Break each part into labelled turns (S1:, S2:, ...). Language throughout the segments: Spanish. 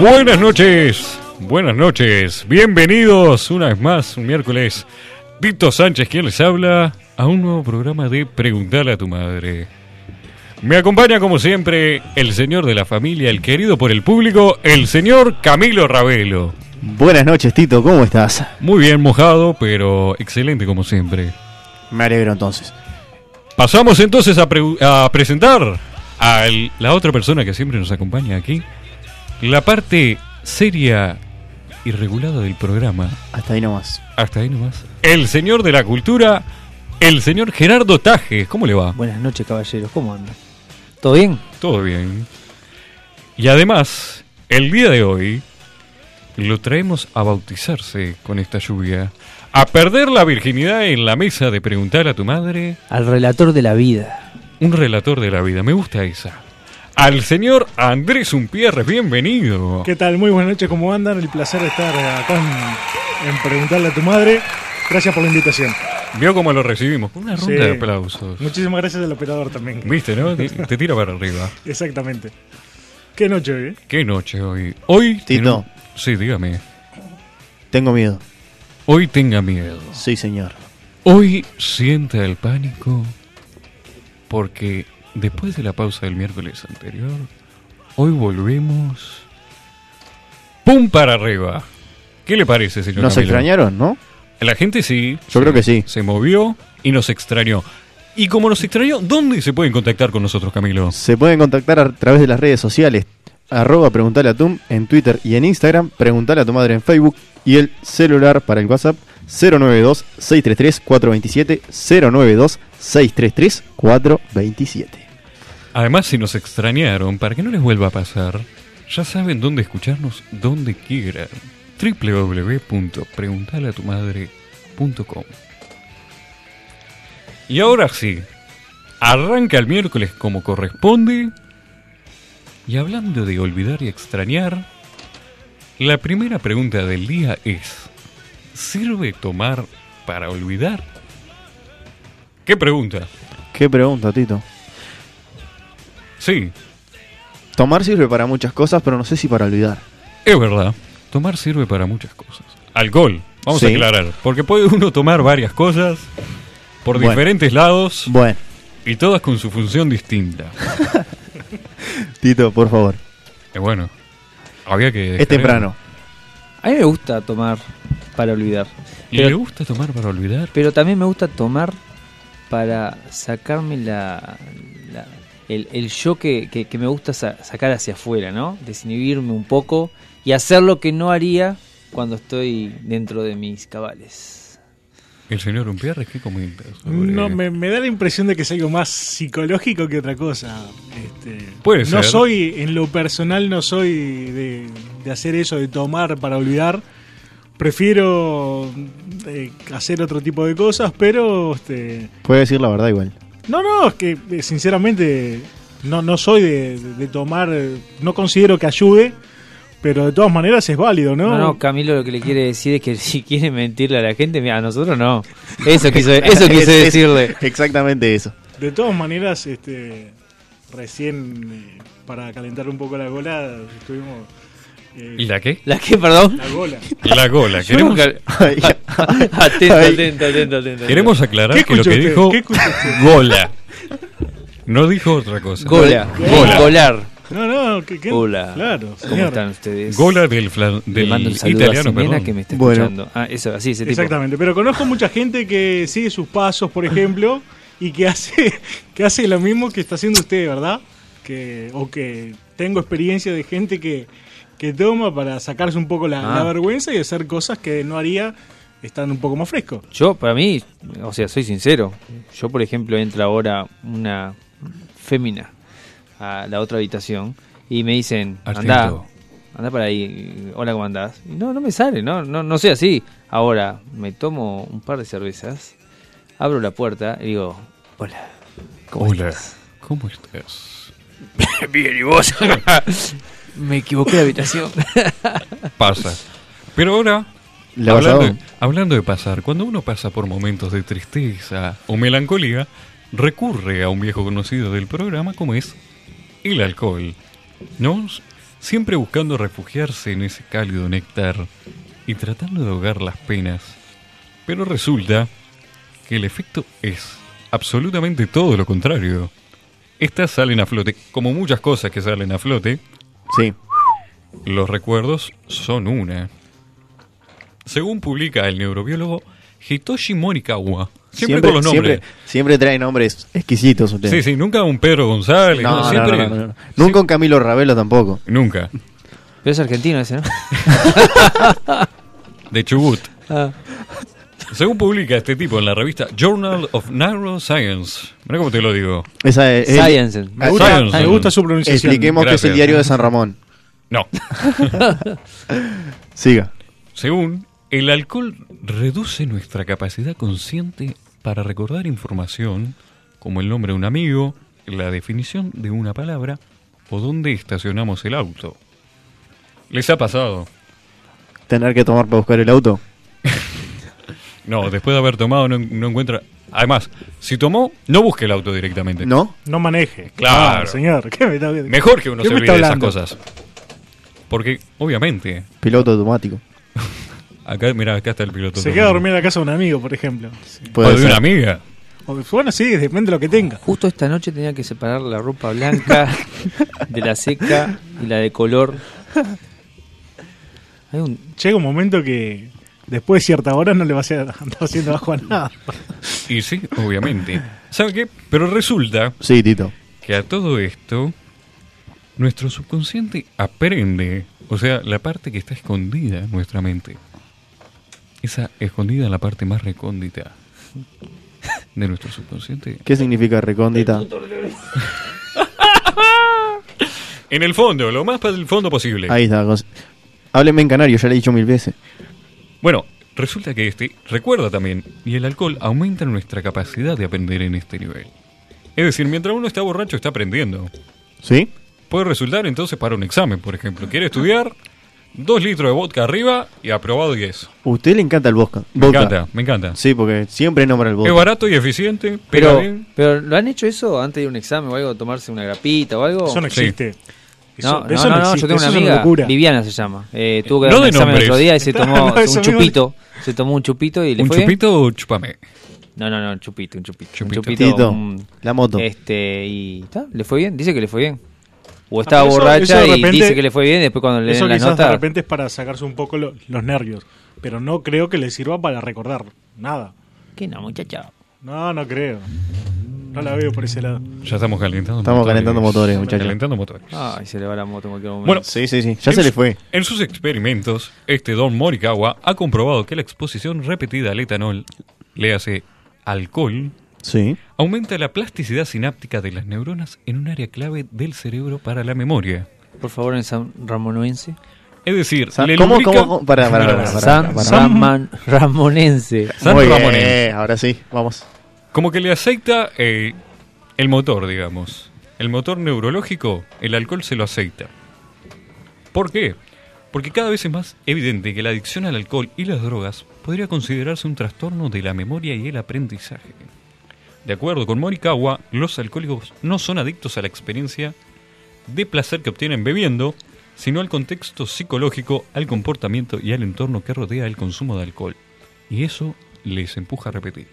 S1: Buenas noches, buenas noches, bienvenidos una vez más, un miércoles. Tito Sánchez, quien les habla, a un nuevo programa de Preguntarle a tu madre. Me acompaña, como siempre, el señor de la familia, el querido por el público, el señor Camilo Ravelo.
S2: Buenas noches, Tito, ¿cómo estás?
S1: Muy bien mojado, pero excelente como siempre.
S2: Me alegro entonces.
S1: Pasamos entonces a, pregu- a presentar a el- la otra persona que siempre nos acompaña aquí. La parte seria y regulada del programa.
S2: Hasta ahí nomás.
S1: Hasta ahí nomás. El señor de la cultura, el señor Gerardo Tajes. ¿Cómo le va?
S3: Buenas noches, caballeros. ¿Cómo andan? ¿Todo bien?
S1: Todo bien. Y además, el día de hoy lo traemos a bautizarse con esta lluvia. A perder la virginidad en la mesa de preguntar a tu madre.
S3: Al relator de la vida.
S1: Un relator de la vida, me gusta esa. Al señor Andrés Umpierre, bienvenido.
S4: ¿Qué tal? Muy buenas noches, ¿cómo andan? El placer de estar acá en, en Preguntarle a tu madre. Gracias por la invitación.
S1: Vio cómo lo recibimos. Con Una ronda
S4: Sí.
S1: de aplausos.
S4: Muchísimas gracias al operador también.
S1: Viste, ¿no? Te, te tira para arriba.
S4: Exactamente. Qué noche, hoy, ¿eh?
S1: Qué noche hoy. Hoy.
S2: Tito.
S1: tenemos- Sí, dígame.
S2: Tengo miedo.
S1: Hoy tenga miedo.
S2: Sí, señor.
S1: Hoy sienta el pánico. Porque después de la pausa del miércoles anterior, hoy volvemos. ¡Pum para arriba! ¿Qué le parece, señor?
S2: Nos
S1: Camilo?
S2: extrañaron, ¿no?
S1: La gente sí.
S2: Yo creo que sí.
S1: se movió y nos extrañó. Y como nos extrañó, ¿dónde se pueden contactar con nosotros, Camilo?
S2: Se pueden contactar a través de las redes sociales. Arroba Preguntale a Tum en Twitter y en Instagram. Preguntale a tu madre en Facebook. Y el celular para el WhatsApp 092-633-427. 092-633-427.
S1: Además, si nos extrañaron, para que no les vuelva a pasar, ya saben dónde escucharnos donde quieran. www.preguntaleatumadre.com Y ahora sí, arranca el miércoles como corresponde. Y hablando de olvidar y extrañar, la primera pregunta del día es, ¿sirve tomar para olvidar? ¿Qué pregunta?
S2: Qué pregunta, Tito.
S1: Sí,
S2: Tomar sirve para muchas cosas, pero no sé si para olvidar.
S1: Es verdad, tomar sirve para muchas cosas. Alcohol, vamos a
S2: Sí.
S1: aclarar, porque puede uno tomar varias cosas por
S2: Bueno.
S1: diferentes lados
S2: Bueno,
S1: y todas con su función distinta.
S2: Tito, por favor.
S1: Y Eh, bueno, había que... dejar
S2: Es temprano.
S3: A mí me gusta tomar para olvidar.
S1: el- ¿Y le
S3: Pero,
S1: gusta tomar para olvidar?
S3: pero también me gusta tomar para sacarme la, la- el, el yo que, que- que me gusta sa- sacar hacia afuera, ¿no? Desinhibirme un poco y hacer lo que no haría cuando estoy dentro de mis cabales.
S1: El señor Umpierre, ¿qué comenta? sobre-
S4: No, me, me da la impresión de que es algo más psicológico que otra cosa. Este,
S1: Puede
S4: No
S1: ser.
S4: soy, en lo personal, no soy de, de hacer eso, de tomar para olvidar. Prefiero eh, hacer otro tipo de cosas, pero este,
S2: Puede decir la verdad igual.
S4: No, no, es que eh, sinceramente no, no soy de, de tomar, eh, no considero que ayude, pero de todas maneras es válido, ¿no?
S3: No, no, Camilo lo que le quiere decir es que si quiere mentirle a la gente, mira, a nosotros no. Eso quiso, eso
S2: Es-
S3: quiso
S2: es
S3: decirle.
S2: Exactamente eso.
S4: de todas maneras, este, recién eh, para calentar un poco la gola, estuvimos... eh,
S1: ¿La qué?
S3: ¿La qué, perdón?
S4: la gola.
S1: La gola. Queremos,
S2: Ay,
S3: Atento,
S2: Ay.
S3: atento, atento, atento.
S1: queremos aclarar
S4: ¿Qué
S1: que lo
S4: escuchó
S1: que
S4: usted?
S1: dijo...
S4: ¿Qué escuchó usted?
S1: Gola. No dijo otra cosa.
S3: Gola.
S1: Gola.
S3: Golar.
S4: No, no, que, que-
S3: Hola.
S4: Claro,
S3: ¿Cómo
S4: señor.
S3: están ustedes?
S1: Gola del, flan-
S3: Le
S1: del
S3: mando un saludo
S1: eh, italiano,
S3: a Ximena
S1: perdón.
S3: que me está
S2: Bueno.
S3: escuchando. Ah, eso, así, ese tipo.
S4: Exactamente, pero conozco mucha gente que sigue sus pasos, por ejemplo, y que hace, que hace lo mismo que está haciendo usted, ¿verdad? Que, o que tengo experiencia de gente que, que toma para sacarse un poco la,
S3: Ah.
S4: la vergüenza y hacer cosas que no haría estando un poco más fresco.
S3: Yo, para mí, o sea, soy sincero. Yo, por ejemplo, entra ahora una fémina a la otra habitación y me dicen,
S1: Argento.
S3: anda, anda para ahí, hola, ¿cómo andás? Y no, no me sale, no, no, no soy así. Ahora, me tomo un par de cervezas, abro la puerta y digo, hola, ¿cómo
S1: Hola.
S3: estás?".
S1: ¿Cómo estás?
S3: Bien, ¿y vos? Me equivoqué de habitación.
S1: Pasa. Pero ahora
S2: La
S1: hablando,
S2: pasaron.
S1: de, hablando de pasar, cuando uno pasa por momentos de tristeza o melancolía, recurre a un viejo conocido del programa como es el alcohol, ¿no? Siempre buscando refugiarse en ese cálido néctar y tratando de ahogar las penas. Pero resulta que el efecto es absolutamente todo lo contrario. Estas salen a flote, como muchas cosas que salen a flote,
S2: Sí.
S1: los recuerdos son una. Según publica el neurobiólogo Hitoshi Morikawa, siempre, con los nombres.
S2: Siempre, siempre trae nombres exquisitos. usted.
S1: Sí, sí, nunca un Pedro González,
S2: No,
S1: no,
S2: no,
S1: siempre.
S2: no, no, no, no. Nunca un Camilo Ravelo tampoco.
S1: Nunca.
S3: Pero es argentino ese, ¿no?
S1: De Chubut.
S3: Ah.
S1: Según publica este tipo en la revista Journal of Neuroscience. Mira cómo te lo digo.
S2: Esa es. es-
S3: Science.
S1: Ah,
S4: Me gusta,
S1: Science.
S4: me gusta su pronunciación.
S2: Expliquemos que es
S1: Gracias.
S2: el diario de San Ramón.
S1: No.
S2: Siga.
S1: Según, el alcohol reduce nuestra capacidad consciente para recordar información como el nombre de un amigo, la definición de una palabra o dónde estacionamos el auto. ¿Les ha pasado?
S2: Tener que tomar para buscar el auto.
S1: No, después de haber tomado no, no encuentra... Además, si tomó, no busque el auto directamente.
S2: ¿No?
S4: No maneje.
S1: Claro.
S4: Ah, señor. ¿Qué me está-
S1: Mejor que uno
S4: ¿Qué
S1: se
S4: me
S1: olvide
S4: está
S1: de esas
S4: hablando?
S1: cosas. Porque, obviamente,
S2: Piloto automático.
S1: acá, mira, acá está el piloto.
S4: Se queda dormido en la casa de un amigo, por ejemplo. Sí.
S1: O
S2: Puede
S1: de
S2: ser.
S1: una amiga.
S4: O- bueno, sí, depende de lo que tenga.
S3: Justo esta noche tenía que separar la ropa blanca de la seca y la de color. Hay un,
S4: Llega un momento que después de cierta hora no le vas a andar haciendo bajo a nada.
S1: Y sí, obviamente. ¿Sabe qué? Pero resulta
S2: Sí, Tito.
S1: que a todo esto, nuestro subconsciente aprende, o sea, la parte que está escondida en nuestra mente. Esa escondida es la parte más recóndita de nuestro subconsciente.
S2: ¿Qué significa recóndita?
S1: En el fondo, lo más para el fondo posible.
S2: Ahí está. cons- Hábleme en canario, ya le he dicho mil veces.
S1: Bueno, resulta que este recuerda también, y el alcohol aumenta nuestra capacidad de aprender en este nivel. Es decir, mientras uno está borracho está aprendiendo.
S2: ¿Sí?
S1: Puede resultar entonces para un examen, por ejemplo. Quiere estudiar, dos litros de vodka arriba y aprobado 10.
S2: Usted le encanta el vodka.
S1: Me
S2: Vodka.
S1: encanta, me encanta.
S2: Sí, porque siempre nombra el
S1: Es
S2: vodka.
S1: barato y eficiente, pero
S3: pero, pero ¿lo han hecho eso antes de un examen o algo? ¿Tomarse una grapita o algo?
S4: Eso no
S1: Sí.
S4: existe.
S3: Oh. No,
S4: Eso-
S3: no,
S4: eso
S3: no,
S4: no
S3: no,
S4: existe,
S3: yo tengo una
S4: eso es
S3: amiga,
S4: locura.
S3: Viviana se llama. eh, tuvo que
S1: No
S3: dar un
S1: de
S3: examen el
S1: nombres.
S3: otro día y se tomó
S4: No, eso
S3: un
S4: mismo.
S3: chupito. Se tomó un chupito y le
S1: ¿Un
S3: fue bien.
S1: chupito o chupame?
S3: No, no, no, un chupito, un chupito.
S1: Chupito.
S3: Un chupito.
S2: Tito,
S3: un-
S2: la moto.
S3: Este, y ta, le fue bien, dice que le fue bien. O estaba
S4: Ah, pero eso- eso
S3: borracha
S4: de
S3: y
S4: repente-
S3: dice que le fue bien, después cuando le
S4: Eso
S3: den la
S4: quizás de
S3: nota.
S4: repente es para sacarse un poco lo- los nervios. Pero no creo que le sirva para recordar nada.
S3: Que no, muchacha.
S4: No, no creo. No la veo por ese lado.
S1: Ya estamos calentando
S2: Estamos calentando motores, muchachos.
S1: Calentando motores.
S3: Ay, se le va la moto en cualquier momento.
S1: Bueno,
S2: Sí, sí, sí. Ya se le fue.
S1: En sus experimentos, este don Morikawa ha comprobado que la exposición repetida al etanol, le hace alcohol,
S2: Sí.
S1: aumenta la plasticidad sináptica de las neuronas en un área clave del cerebro para la memoria.
S3: por favor, en San Ramonuense.
S1: Es decir,
S2: San-
S1: le
S2: ¿Cómo,
S1: lubrica-
S2: cómo? Pará, pará, pará, pará.
S3: San Raman- Ramonense.
S1: San
S2: Muy
S1: Ramón.
S2: bien, Ahora sí, vamos.
S1: Como que le aceita eh, el motor, digamos. El motor neurológico, el alcohol se lo aceita. ¿Por qué? Porque cada vez es más evidente que la adicción al alcohol y las drogas podría considerarse un trastorno de la memoria y el aprendizaje. De acuerdo con Morikawa, los alcohólicos no son adictos a la experiencia de placer que obtienen bebiendo, sino al contexto psicológico, al comportamiento y al entorno que rodea el consumo de alcohol. Y eso les empuja a repetir.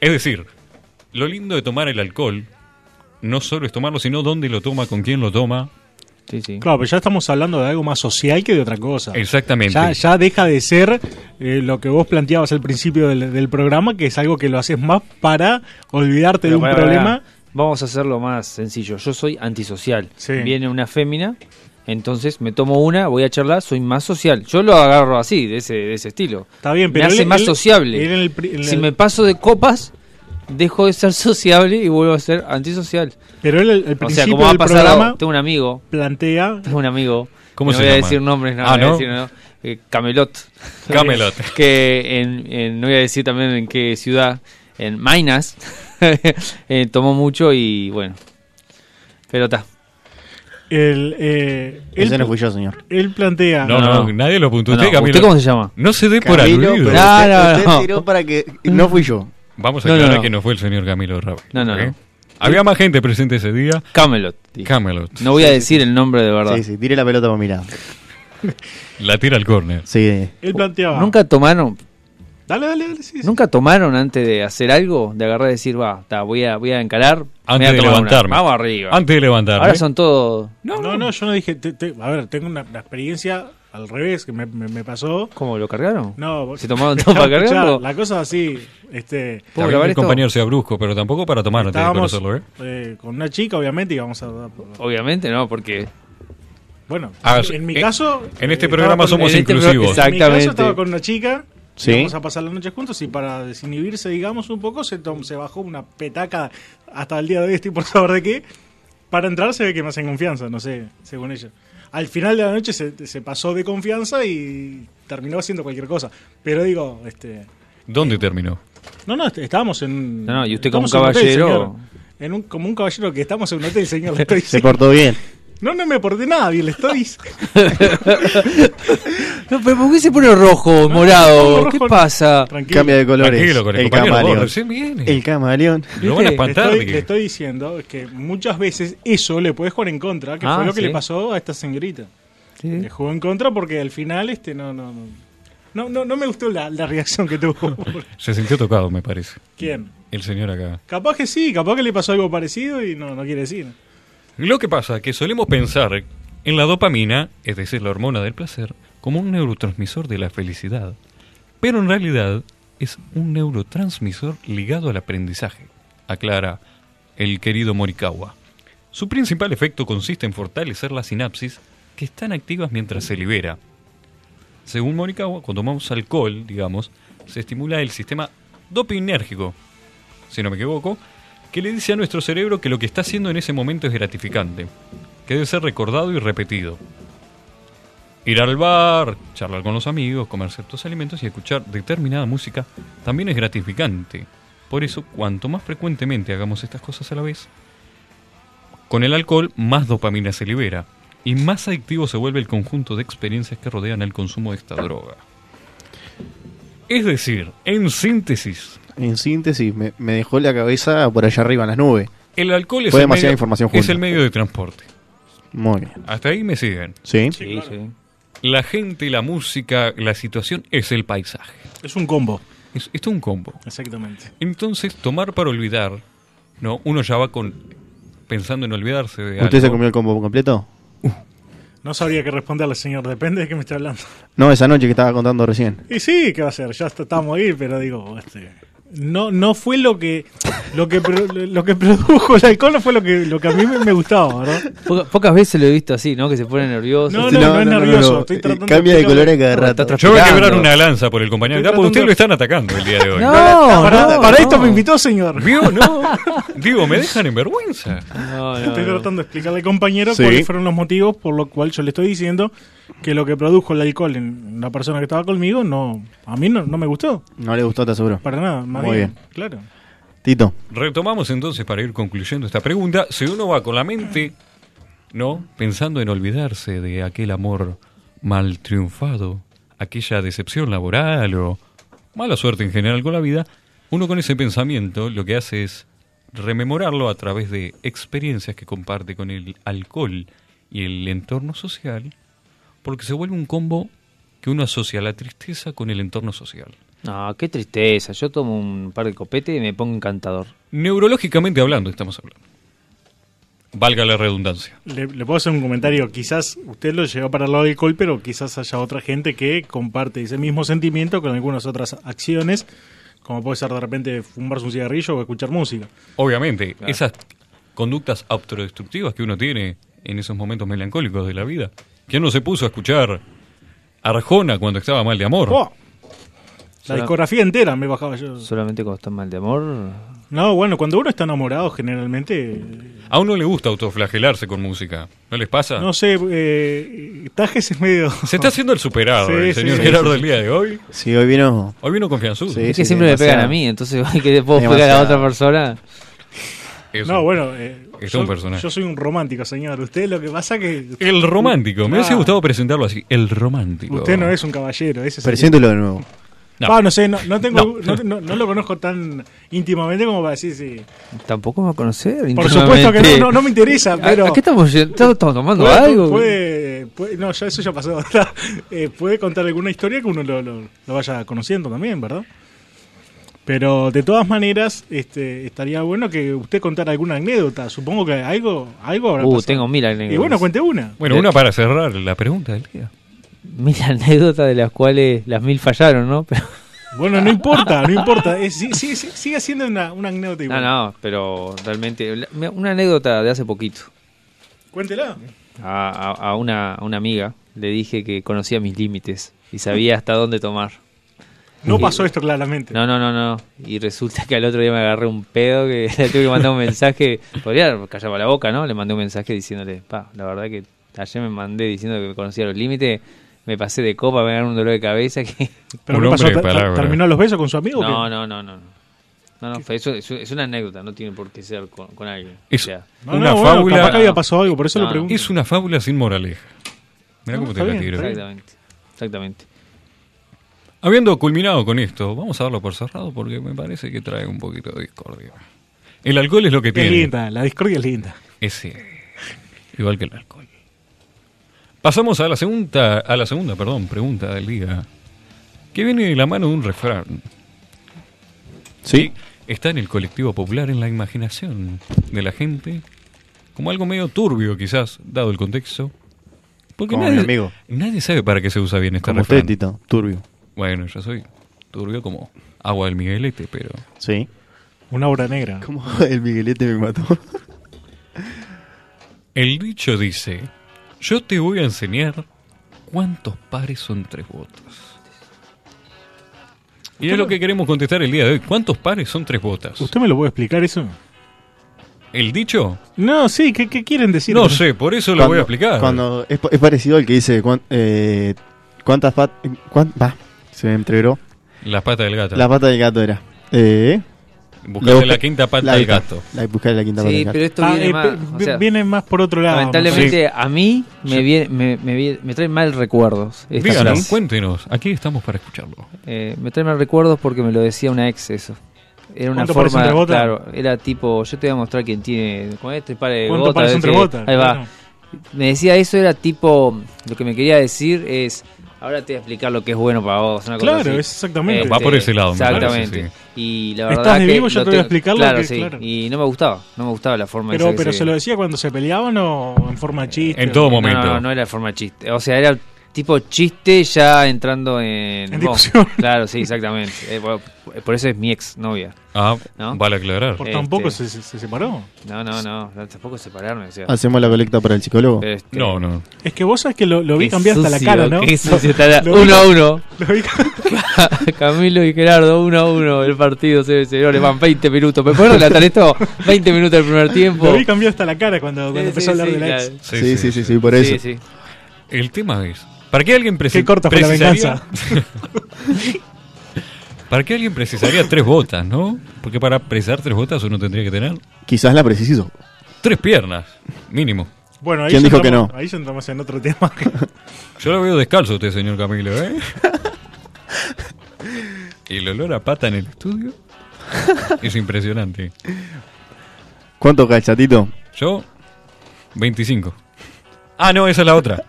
S1: Es decir, lo lindo de tomar el alcohol no solo es tomarlo, sino dónde lo toma, con quién lo toma.
S3: Sí, sí.
S4: Claro, pero ya estamos hablando de algo más social que de otra cosa.
S1: Exactamente.
S4: Ya, ya deja de ser eh, lo que vos planteabas al principio del, del programa, que es algo que lo haces más para olvidarte de
S3: Pero
S4: un
S3: pará,
S4: problema.
S3: pará. Vamos a hacerlo más sencillo. Yo soy antisocial.
S4: Sí.
S3: Viene una fémina, entonces me tomo una, voy a charlar, soy más social. Yo lo agarro así, de ese, de ese estilo.
S4: Está bien, pero
S3: me hace
S4: él-
S3: más
S4: él-
S3: sociable.
S4: él en el pri- en
S3: si
S4: el-
S3: me paso de copas, dejo de ser sociable y vuelvo a ser antisocial.
S4: Pero él al al
S3: O sea,
S4: principio
S3: como va a
S4: del
S3: pasar
S4: programa
S3: algo, tengo un amigo,
S4: plantea
S3: tengo un amigo.
S1: ¿Cómo
S3: no
S1: se
S3: voy a
S1: llama?
S3: decir nombres, no,
S1: Ah,
S3: no voy a
S1: ¿no?
S3: decir, no, eh, Camelot.
S1: Camelot.
S3: que en, en- no voy a decir también en qué ciudad, en Mainas, eh, tomó mucho y bueno. Pero está.
S4: el, eh, él,
S2: Ese no fui yo, señor.
S4: él plantea
S1: No, no,
S3: Ah, no.
S1: nadie lo apuntó. Usted,
S3: No,
S1: Camilo,
S3: ¿usted cómo se llama?
S1: No se dé por
S2: Camilo,
S1: aludido.
S2: pero
S3: No, no,
S2: usted
S3: no.
S2: tiró para que... No fui yo.
S1: Vamos a
S3: No, no,
S1: aclarar
S3: no.
S1: que no fue el señor Camilo Rabo.
S3: No, no,
S1: ¿ok?
S3: no.
S1: Había más gente presente ese día.
S3: Camelot. dije.
S1: Camelot.
S3: No voy a decir el nombre de verdad.
S2: Sí, sí, tire la pelota para mi lado.
S1: La tira al córner.
S2: Sí.
S4: Él planteaba.
S3: Nunca tomaron,
S4: Dale, dale, dale. sí, sí.
S3: nunca tomaron antes de hacer algo, de agarrar y decir, va, ta, voy a, voy a encarar. me voy a
S1: Antes de
S3: tomar una".
S1: levantarme.
S3: Vamos arriba.
S1: Antes de levantarme.
S3: Ahora son todos
S4: No, no, yo no dije. te- te- a ver, tengo una, una experiencia al revés que me, me- me pasó.
S3: ¿Cómo lo cargaron?
S4: No, vos-
S3: ¿Se tomaron todo para
S4: Escuchá,
S3: cargarlo?
S4: La cosa así. Este,
S1: Está bien
S3: ¿Puedo grabar
S1: que el
S3: esto?
S1: compañero sea brusco, pero tampoco para tomar antes de
S4: estábamos
S1: conocerlo, ¿eh?
S4: eh, con una chica, obviamente, y vamos a.
S3: Obviamente no, porque
S4: Bueno,
S1: Ah,
S4: en mi
S1: en-
S4: caso.
S1: en este
S4: eh,
S1: programa
S4: estaba con-
S1: somos
S3: en este pro-
S1: inclusivos.
S3: exacto.
S4: En mi caso
S3: Exactamente.
S4: estaba con una chica.
S2: Sí.
S4: Vamos a pasar la noche juntos y para desinhibirse, digamos, un poco, se, tom- se bajó una petaca hasta el día de hoy, estoy por saber de qué. Para entrar se ve que me hacen confianza, no sé, según ella. Al final de la noche se, se pasó de confianza y terminó haciendo cualquier cosa. Pero digo, este...
S1: ¿Dónde terminó?
S4: No, no, est- estábamos en...
S3: No, no, y usted como
S4: estamos en hotel,
S3: caballero.
S4: señor. en un, como un caballero que estamos en un hotel, señor, le estoy
S2: Se
S4: diciendo.
S2: portó bien.
S4: No, no me porté nada bien, le estoy diciendo.
S3: No, pero ¿por qué se pone rojo,
S4: no,
S3: morado?
S4: rojo
S3: ¿Qué
S4: no.
S3: pasa?
S4: Tranquilo.
S2: Cambia de colores.
S1: Tranquilo con el,
S2: el
S1: compañero, vos
S2: camaleón.
S1: recién viene.
S2: El camaleón.
S1: Lo van a
S3: ¿Viste?
S4: Le
S1: espantar.
S4: estoy,
S1: que-
S4: le estoy diciendo que muchas veces eso le puedes jugar en contra, que
S3: Ah,
S4: fue lo que
S3: sí.
S4: le pasó a esta señorita.
S3: Sí.
S4: Le jugó en contra porque al final este no no no no, no, no me gustó la, la reacción que tuvo.
S1: Se sintió tocado, me parece.
S4: ¿Quién?
S1: El señor acá.
S4: Capaz que sí, capaz que le pasó algo parecido y no, no quiere decir.
S1: Lo que pasa es que solemos pensar en la dopamina, es decir, la hormona del placer, como un neurotransmisor de la felicidad. Pero en realidad es un neurotransmisor ligado al aprendizaje, aclara el querido Morikawa. Su principal efecto consiste en fortalecer las sinapsis que están activas mientras se libera. Según Morikawa, cuando tomamos alcohol, digamos, se estimula el sistema dopaminérgico, si no me equivoco, que le dice a nuestro cerebro que lo que está haciendo en ese momento es gratificante, que debe ser recordado y repetido. Ir al bar, charlar con los amigos, comer ciertos alimentos y escuchar determinada música también es gratificante. Por eso, cuanto más frecuentemente hagamos estas cosas a la vez, con el alcohol más dopamina se libera y más adictivo se vuelve el conjunto de experiencias que rodean el consumo de esta droga. Es decir, en síntesis,
S2: En síntesis, me, me dejó la cabeza por allá arriba en las nubes.
S1: el alcohol es,
S2: Fue
S1: el
S2: demasiada
S1: medio-
S2: información
S1: es
S2: junta.
S1: el medio de transporte.
S2: Muy bien.
S1: Hasta ahí me siguen.
S2: Sí.
S3: Sí, sí.
S1: La gente, la música, la situación es el paisaje.
S4: Es un combo,
S1: Es, esto es un combo.
S4: exactamente.
S1: Entonces, tomar para olvidar, ¿no? Uno ya va con pensando en olvidarse de
S2: ¿Usted se
S1: algo.
S2: comió el combo completo?
S4: No sabría qué responderle, señor, depende de qué me está hablando.
S2: No, esa noche que estaba contando recién.
S4: Y sí, ¿qué va a ser? Ya está- estamos ahí, pero digo, este no no fue lo que lo que pro- lo que produjo el alcohol no fue lo que lo que a mí me, me gustaba, ¿verdad?
S3: Poca- pocas veces lo he visto así, ¿no? Que se pone nervioso.
S4: No, no, no es nervioso, estoy
S2: Eh,
S4: tratando
S2: Cambia
S4: de
S2: de colores cada
S3: explicarle.
S2: rato.
S3: Está
S1: Yo voy a quebrar
S3: Esperando.
S1: una lanza por el compañero.
S4: Estoy
S1: Ah, porque ustedes lo
S4: tratando-
S1: están atacando el día de hoy.
S3: No,
S4: para
S3: no,
S4: para esto
S3: no.
S4: me invitó, señor.
S1: ¿Vio? No. Digo, me dejan en vergüenza.
S3: No, no,
S4: Estoy
S3: no.
S4: tratando de explicarle, compañero,
S2: Sí.
S4: cuáles fueron los motivos por lo cual yo le estoy diciendo que lo que produjo el alcohol en la persona que estaba conmigo, no, a mí no, no me gustó,
S2: No le gustó, te aseguro.
S4: para nada. Más
S2: Muy
S4: bien,
S2: bien.
S4: claro.
S2: Tito,
S1: Retomamos entonces para ir concluyendo esta pregunta. Si uno va con la mente, ¿no? Pensando en olvidarse de aquel amor mal triunfado, aquella decepción laboral o mala suerte en general con la vida, uno con ese pensamiento lo que hace es rememorarlo a través de experiencias que comparte con el alcohol y el entorno social, porque se vuelve un combo que uno asocia la tristeza con el entorno social.
S3: No, qué tristeza. Yo tomo un par de copete y me pongo encantador.
S1: Neurológicamente hablando, estamos hablando. Valga la redundancia.
S4: Le, le puedo hacer un comentario, quizás usted lo lleva para el lado del alcohol, pero quizás haya otra gente que comparte ese mismo sentimiento con algunas otras acciones, como puede ser de repente fumarse un cigarrillo o escuchar música.
S1: Obviamente, esas conductas autodestructivas que uno tiene en esos momentos melancólicos de la vida. ¿Quién no se puso a escuchar Arjona cuando estaba mal de amor?
S4: ¡Oh! La
S3: Suena-
S4: discografía entera me bajaba yo.
S3: Solamente cuando estás mal de amor.
S4: No, bueno, cuando uno está enamorado generalmente
S1: A uno le gusta autoflagelarse con música. ¿No les pasa?
S4: No sé, eh, Tajes es medio.
S1: Se está haciendo el superado
S4: Sí,
S1: el
S4: sí,
S1: señor
S4: sí,
S1: Gerardo
S4: sí.
S1: el día de hoy.
S2: si hoy vino.
S1: Hoy vino confianzudo.
S2: Sí.
S3: es que siempre me pegan
S2: demasiado.
S3: a mí, entonces ¿qué le puedo pegar a
S2: Demasiado.
S3: otra persona?
S1: Eso.
S4: No, bueno. eh,
S1: Es
S4: yo,
S1: un personaje.
S4: yo soy un romántico, señor. Usted lo que pasa que.
S1: El romántico. Me hubiese
S4: Ah.
S1: gustado presentarlo así. El romántico.
S4: Usted no es un caballero. Ese es el-
S2: Preséntelo de nuevo.
S1: No.
S4: Ah, no sé, no, no tengo,
S1: No.
S4: no. no- no lo conozco tan íntimamente como para decir sí.
S3: Tampoco me va a conocer.
S4: Por supuesto que no, no, no me interesa, pero.
S3: Ah, ¿A, qué estamos yendo? ¿Estamos tomando
S4: puede-
S3: algo?
S4: puede- puede- no, ya, eso ya pasó. ¿verdad? Eh, puede contar alguna historia que uno lo, lo- lo vaya conociendo también, ¿verdad? Pero de todas maneras, este, estaría bueno que usted contara alguna anécdota. Supongo que algo, algo habrá
S3: Uh,
S4: pasado.
S3: tengo mil anécdotas.
S4: Y bueno, cuente una.
S1: Bueno, una para cerrar la pregunta del día.
S3: Mil anécdotas de las cuales las mil fallaron, ¿no? Pero-
S4: Bueno, no importa, no importa. Eh, sí- sí- sí- sigue siendo una, una anécdota
S3: no,
S4: igual.
S3: no, pero realmente. la- me- Una anécdota de hace poquito.
S4: Cuéntela.
S3: A, a- a una, a una amiga le dije que conocía mis límites y sabía hasta dónde tomar.
S4: No pasó esto claramente.
S3: No, no, no, no. Y resulta que al otro día me agarré un pedo que le tuve que mandar un mensaje. Podría callar la boca, ¿no? Le mandé un mensaje diciéndole, pa, la verdad que ayer me mandé diciendo que me conocía los límites, me pasé de copa, me agarró un dolor de cabeza que...
S4: Pero
S1: Un
S4: ¿qué
S1: hombre
S4: pasó?
S1: de
S4: ¿Ter- ter-
S1: palabra.
S4: ¿Terminó los besos con su amigo? o qué?
S3: No, no, no, no. no. No, no, fue- eso, eso- es una anécdota, no tiene por qué ser con, con alguien. O
S1: Es-
S3: sea,
S4: No,
S1: Una
S4: no,
S1: fábula.
S4: Bueno, capaz que había pasado algo, por eso
S3: No,
S4: lo
S3: no.
S4: pregunto.
S1: Ah. Es una fábula sin moraleja. Mirá
S4: No,
S1: cómo te
S4: está
S1: la
S4: bien,
S1: tiro.
S4: está bien.
S3: exactamente, exactamente.
S1: Habiendo culminado con esto, vamos a darlo por cerrado porque me parece que trae un poquito de discordia. El alcohol es lo que
S4: Es
S1: tiene.
S4: linda, la discordia es linda.
S1: Ese. Igual que el alcohol. Pasamos a la segunda, a la segunda, perdón, pregunta del día. Que viene de la mano de un refrán.
S2: Sí.
S1: Está en el colectivo popular, en la imaginación de la gente, como algo medio turbio quizás, dado el contexto. Porque
S2: Como mi
S1: nadie,
S2: amigo.
S1: nadie sabe para qué se usa bien este
S2: Como usted,
S1: refrán.
S2: Tito. Turbio.
S1: Bueno, yo soy turbio como agua del Miguelete, pero
S2: Sí.
S4: Una obra negra.
S2: Como el Miguelete me mató.
S1: el dicho dice, yo te voy a enseñar cuántos pares son tres botas. Y es lo que queremos contestar el día de hoy. ¿Cuántos pares son tres botas?
S4: ¿Usted me lo puede explicar eso?
S1: ¿El dicho?
S4: No, sí, ¿qué, qué quieren decir? Ah, eh,
S1: No sé, por eso lo voy a explicar.
S2: Cuando es, pa- es parecido al que dice cuán- eh, cuántas patas. va, se me entreveró.
S1: La pata del gato.
S2: La pata del gato era. Eh,
S1: Buscando la, quinta pata del
S2: la-
S1: gato.
S2: La, buscar la quinta pata
S3: Sí,
S2: del gato.
S3: pero esto
S4: Ah,
S3: viene
S4: eh,
S3: más...
S4: pe-
S3: o
S4: vi-
S3: sea,
S4: viene más por otro lado.
S3: lamentablemente a mí me, viene- me, me viene- me trae mal recuerdos. esta
S1: Díganos,
S3: frase.
S1: cuéntenos. Aquí estamos para escucharlo.
S3: Eh, me trae mal recuerdos porque me lo decía una ex eso. Era una
S4: ¿Cuánto parece
S3: forma,
S4: entre botas?
S3: claro, era tipo, yo te voy a mostrar quién tiene, con este par de
S4: ¿Cuánto
S3: botas,
S4: parece
S3: a ver
S4: entre
S3: si-
S4: botas?
S3: Ahí va.
S4: Claro.
S3: Me decía eso, era tipo, lo que me quería decir es, ahora te voy a explicar lo que es bueno para vos, una cosa
S4: Claro,
S3: así. Eh, Este,
S4: es exactamente.
S1: Va por ese lado, me
S3: Exactamente.
S1: parece,
S3: Y la
S4: Estás
S3: verdad
S4: de
S3: que
S4: vivo, yo
S3: lo
S4: te voy a
S3: tengo-
S4: explicar lo
S3: claro,
S4: que-
S3: sí.
S4: claro.
S3: Y no me gustaba, no me gustaba la forma esa
S4: Pero,
S3: que
S4: pero se lo decía cuando se peleaban o en forma de chiste.
S1: En todo
S4: o-
S3: No,
S1: momento.
S3: No, no, no era de forma chiste. O sea, era tipo chiste ya entrando en.
S4: En
S3: vos.
S4: discusión.
S3: Claro, sí, exactamente. Eh, por, por eso es mi ex novia.
S1: Ah,
S3: ¿No?
S1: vale aclarar.
S4: Por
S3: Este-
S4: tampoco se, se- se separó.
S3: No, no, no, no, tampoco separarme. O sea,
S2: Hacemos la colecta para el psicólogo.
S1: Eh,
S3: pero este-
S1: No, no.
S4: Es que vos sabés que lo, lo
S3: qué
S4: vi cambiar hasta la
S3: sucio,
S4: cara, ¿no?
S3: qué sucio, está la-
S4: Lo vi-
S3: uno a uno.
S4: Lo vi cambiar-
S3: Camilo y Gerardo, uno a uno. El partido se se- no, le van 20 minutos. ¿Me puedo relatar esto? 20 minutos del primer tiempo.
S4: lo vi cambiar hasta la cara cuando, cuando
S3: Sí,
S4: empezó
S3: sí,
S4: a hablar
S3: sí,
S4: de la ex.
S3: claro.
S2: sí, sí, sí, sí, por eso.
S3: Sí, sí.
S1: El tema es, ¿para qué alguien preci-
S4: Qué corta fue la
S1: precisaría- ¿Para qué alguien precisaría tres botas, no? Porque para precisar tres botas uno tendría que tener
S2: Quizás la preciso.
S1: tres piernas, mínimo.
S4: Bueno, ahí
S2: ¿Quién
S4: ya
S2: dijo que
S4: entramos-
S2: no?
S4: Ahí ya entramos en otro tema.
S1: Yo lo veo descalzo a usted, señor Camilo, ¿eh? Y el olor a pata en el estudio es impresionante.
S2: ¿Cuánto cachatito?
S1: Yo, 25. Ah, no, esa es la otra.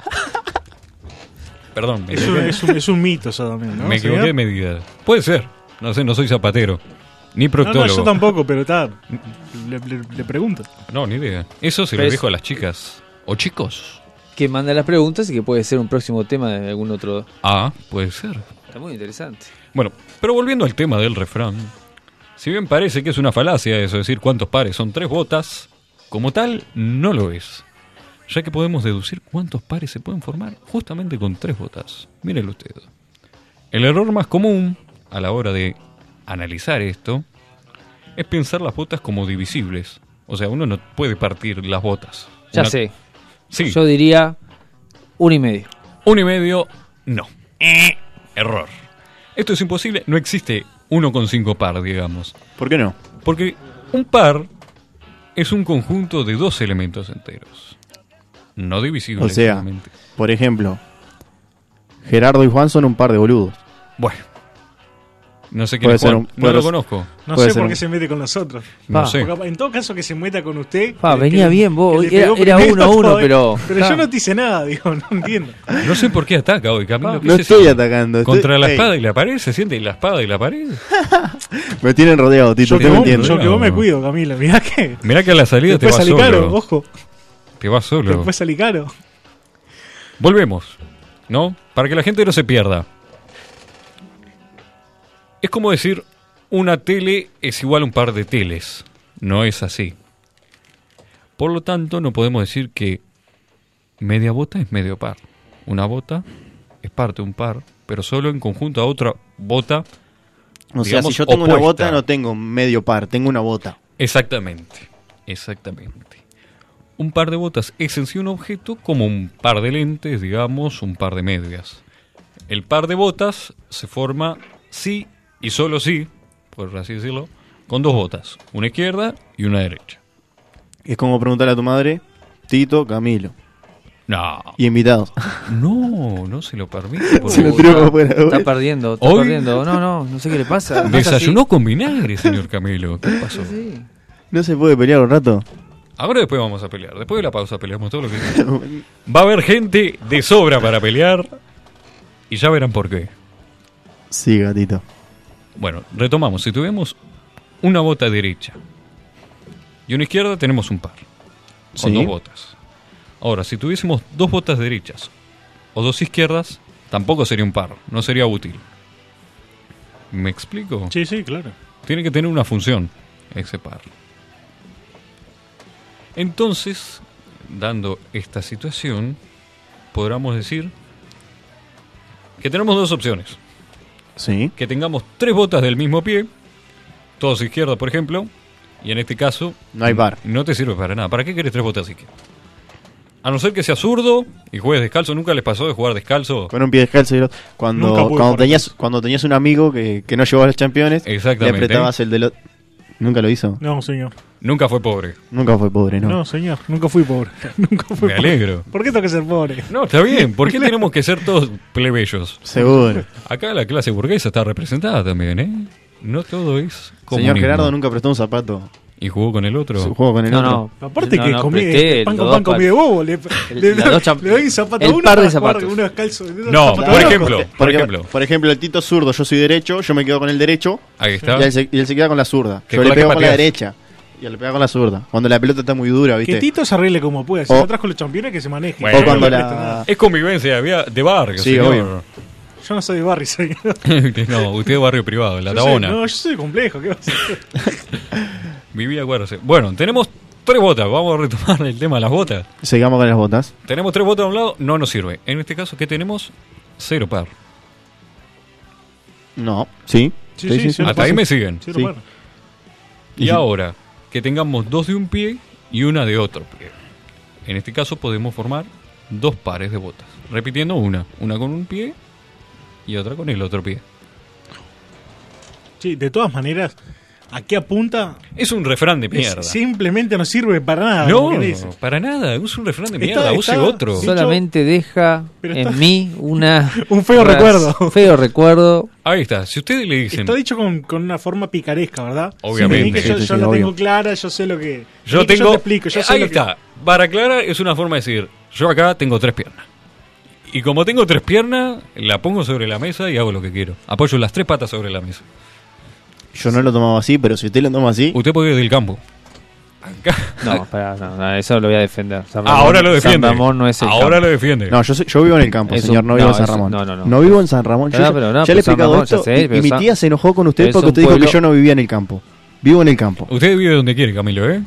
S1: Perdón, me
S4: es, un,
S1: equivoqué,
S4: es, un, es un mito eso también, ¿no?
S1: me
S4: señor?
S1: equivoqué de medida. Puede ser. No sé, no soy zapatero. Ni
S4: no, no, yo
S1: proctólogo. No,
S4: tampoco, pero está. Le, le- le pregunto.
S1: ni idea. Eso se lo
S3: Pero es-
S1: dejo a las chicas. O chicos.
S3: Que manda las preguntas y que puede ser un próximo tema de algún otro.
S1: Ah, puede ser.
S3: Está muy interesante.
S1: Bueno, pero volviendo al tema del refrán. Si bien parece que es una falacia eso, decir cuántos pares son tres botas, como tal, no lo es. Ya que podemos deducir cuántos pares se pueden formar justamente con tres botas. Mírenlo usted. El error más común a la hora de analizar esto es pensar las botas como divisibles. O sea, uno no puede partir las botas.
S3: Ya
S1: Una-
S3: sé.
S1: Sí,
S3: Yo diría uno y medio.
S1: uno y medio, no. Eh, Error. Esto es imposible, no existe uno con cinco par, digamos.
S2: ¿Por qué no?
S1: Porque un par es un conjunto de dos elementos enteros. No divisibles.
S2: O sea.
S1: obviamente.
S2: Por ejemplo, Gerardo y Juan son un par de boludos.
S1: Bueno, No sé quién
S2: Puede
S1: es
S2: ser
S1: Juan.
S2: un-
S1: no
S2: puede
S1: lo
S2: ser- Ah.
S1: conozco.
S4: No
S2: Puede
S4: sé
S2: ser
S4: por
S2: un-
S4: qué se mete con nosotros.
S1: No
S3: Pa.
S1: sé.
S4: Porque en todo caso que se meta con usted.
S3: Pa,
S4: que-
S3: venía
S4: que-
S3: bien vos,
S4: que le
S3: era-
S4: pegó
S3: era
S4: primero
S3: uno a uno, pero-
S4: Pero
S3: Claro.
S4: yo no te hice nada, digo, no entiendo.
S1: No sé por qué ataca hoy, Camilo. ¿qué
S2: Ah, No
S1: es eso?
S2: estoy atacando. estoy-
S1: Contra la
S2: Ey,
S1: espada y la pared, se siente la espada y la pared.
S2: me tienen rodeado, Tito,
S4: Yo
S2: te
S4: que,
S2: me
S4: vos,
S2: entiendo.
S4: yo que vos me
S1: Claro.
S4: cuido, Camila, mirá que.
S1: Mirá que a la salida te
S4: Después
S1: vas
S4: salí
S1: solo.
S4: caro, ojo.
S1: Te vas solo.
S4: Después salí caro.
S1: Volvemos, ¿no? Para que la gente no se pierda. Es como decir, una tele es igual a un par de teles. No es así. Por lo tanto, no podemos decir que media bota es medio par. Una bota es parte de un par, pero solo en conjunto a otra bota.
S2: O sea, si
S1: digamos,
S2: yo tengo una
S1: opuesta.
S2: bota, no tengo medio par, tengo una bota.
S1: Exactamente, exactamente. Un par de botas es en sí un objeto como un par de lentes, digamos, un par de medias. El par de botas se forma sí y solo sí, por así decirlo, con dos botas, una izquierda y una derecha.
S2: Es como preguntarle a tu madre, Tito, Camilo.
S1: No,
S2: Y invitados.
S1: no, no se lo permite. por
S2: Se lo
S1: favor.
S2: tiró como fuera.
S3: Está perdiendo, está
S1: Hoy-
S3: perdiendo. No, no, no sé qué le pasa. no es así.
S1: Desayunó con vinagre, señor Camilo. ¿Qué pasó?
S3: Sí.
S2: ¿No se puede pelear un rato?
S1: Ahora después vamos a pelear. Después de la pausa peleamos todo lo que Va a haber gente de sobra para pelear y ya verán por qué.
S2: Sí, gatito.
S1: Bueno, retomamos. Si tuvimos una bota derecha y una izquierda, tenemos un par. Con
S2: Sí.
S1: dos botas. Ahora, si tuviésemos dos botas derechas o dos izquierdas, tampoco sería un par. No sería útil. ¿Me explico?
S4: Sí, sí, claro.
S1: Tiene que tener una función ese par. Entonces, dando esta situación, podríamos decir que tenemos dos opciones.
S2: Sí.
S1: Que tengamos tres botas del mismo pie, todos izquierdas, por ejemplo, y en este caso...
S2: No hay par.
S1: No te sirve para nada. ¿Para qué querés tres botas izquierdas? A no ser que seas zurdo y juegues descalzo, nunca les pasó de jugar descalzo.
S2: Con un pie descalzo y el otro. Cuando,
S4: Nunca pude
S2: cuando,
S4: jugar
S2: tenías, cuando tenías un amigo que, que no llegó a los campeones, le
S1: Exactamente.
S2: apretabas el del otro. ¿Nunca lo hizo?
S4: No, señor.
S1: Nunca fue pobre.
S2: Nunca fue pobre, ¿no?
S4: No, señor. Nunca fui pobre. Nunca fui
S1: Me
S4: pobre.
S1: alegro.
S4: ¿Por qué tengo que ser pobre?
S1: No, está bien. ¿Por qué tenemos que ser todos plebeyos?
S2: Seguro.
S1: Acá la clase burguesa está representada también, ¿eh? No todo es como.
S2: Señor Gerardo nunca prestó un zapato.
S1: ¿Y jugó con el otro?
S2: Se jugó con el
S3: No,
S2: otro.
S3: no.
S4: Aparte
S3: No,
S4: que
S3: no,
S4: comí este
S3: presté
S4: pan
S3: los
S4: con
S3: dos
S4: pan comí de
S3: par-
S4: bobo, le,
S3: El-
S4: le,
S3: las dos cham-
S4: le doy un zapato
S3: el
S4: a uno
S3: par de
S4: para jugar
S3: zapatos.
S4: uno descalzo, le doy un
S1: No,
S4: zapato a
S1: por
S4: uno.
S1: ejemplo,
S2: porque-
S1: por
S2: porque-
S1: ejemplo.
S2: por ejemplo, el Tito es zurdo, yo soy derecho, yo me quedo con el derecho
S1: Ahí está.
S2: y, él se, y él se queda con la zurda.
S1: Que con
S2: Yo le
S1: la que
S2: pego con la
S1: pateás.
S2: derecha y él le pega con la zurda. Cuando la pelota está muy dura,
S4: Que
S2: ¿viste?
S4: Tito se arregle como pueda. Si
S2: O-
S4: está atrás con los campeones, que se maneje.
S1: Bueno.
S2: O
S4: Yo no
S2: cuando
S4: le presto nada.
S2: la.
S1: Es convivencia de, via- de barrio,
S2: Sí,
S1: señor.
S4: Yo no soy de barrio, señor.
S1: no, usted es barrio privado, la
S4: Yo soy-
S1: Tabona.
S4: no, yo soy complejo. ¿qué va a ser?
S1: Vivía Guarce. Bueno, tenemos tres botas. Vamos a retomar el tema de las botas.
S2: Sigamos con las botas.
S1: Tenemos tres botas a un lado, no nos sirve. En este caso, ¿qué tenemos? Cero par.
S2: No. ¿Sí?
S4: Sí, sí, sí,
S3: Ah,
S1: Hasta ahí me siguen.
S4: Sí,
S2: Sí.
S4: hermano.
S1: Y ahora, que tengamos dos de un pie y una de otro pie. En este caso podemos formar dos pares de botas. Repitiendo una. Una con un pie y otra con el otro pie.
S4: Sí, de todas maneras, ¿a qué apunta?
S1: Es un refrán de
S4: Es-
S1: mierda.
S4: simplemente no sirve para nada.
S1: no,
S4: como que dice.
S1: para nada. Usa un refrán de
S4: Está-
S1: mierda. Use
S4: está-
S1: otro.
S4: sí.
S3: Solamente deja
S4: Pero
S3: en
S4: está-
S3: mí una...
S4: Un feo
S3: ras-
S4: recuerdo.
S3: Feo recuerdo.
S1: Ahí está. Si ustedes le dicen,
S4: Está dicho con, con una forma picaresca, ¿verdad?
S1: Obviamente.
S4: Sí, que
S1: Sí,
S4: yo
S2: sí,
S4: yo
S2: sí,
S4: la
S2: obvio.
S4: tengo clara, yo sé lo que.
S1: yo
S4: vení que
S1: tengo. Eh,
S4: te explico, yo sé
S1: ahí
S4: lo que-
S1: está. Para aclarar, es una forma de decir, yo acá tengo tres piernas. Y como tengo tres piernas, la pongo sobre la mesa y hago lo que quiero. Apoyo las tres patas sobre la mesa.
S2: Yo no lo tomaba así, pero si usted lo toma así.
S1: Usted puede ir del campo. Acá. Ah,
S3: No, pará, no, no, eso lo voy a defender. San Ramón-
S1: Ahora lo defiende.
S3: San Ramón no es el
S1: Ahora
S3: campo.
S1: lo defiende.
S2: No, yo, soy- yo vivo en el campo,
S3: Eso-
S2: señor, no
S3: no,
S2: vivo en San
S3: eso-
S2: Ramón.
S3: no, no, no.
S2: vivo en San Ramón. Yo
S3: Pero,
S2: ya-
S3: pero no,
S2: ya
S3: pero
S2: le he
S3: San
S2: explicado
S3: Ramón, ya
S2: esto
S3: sé,
S2: y-
S3: pero
S2: y, mi
S3: San-
S2: tía se enojó con usted
S3: es
S2: porque
S3: un
S2: usted dijo
S3: pueblo-
S2: que yo no vivía en el campo. Vivo en el campo.
S1: Usted vive donde quiere, Camilo, ¿eh?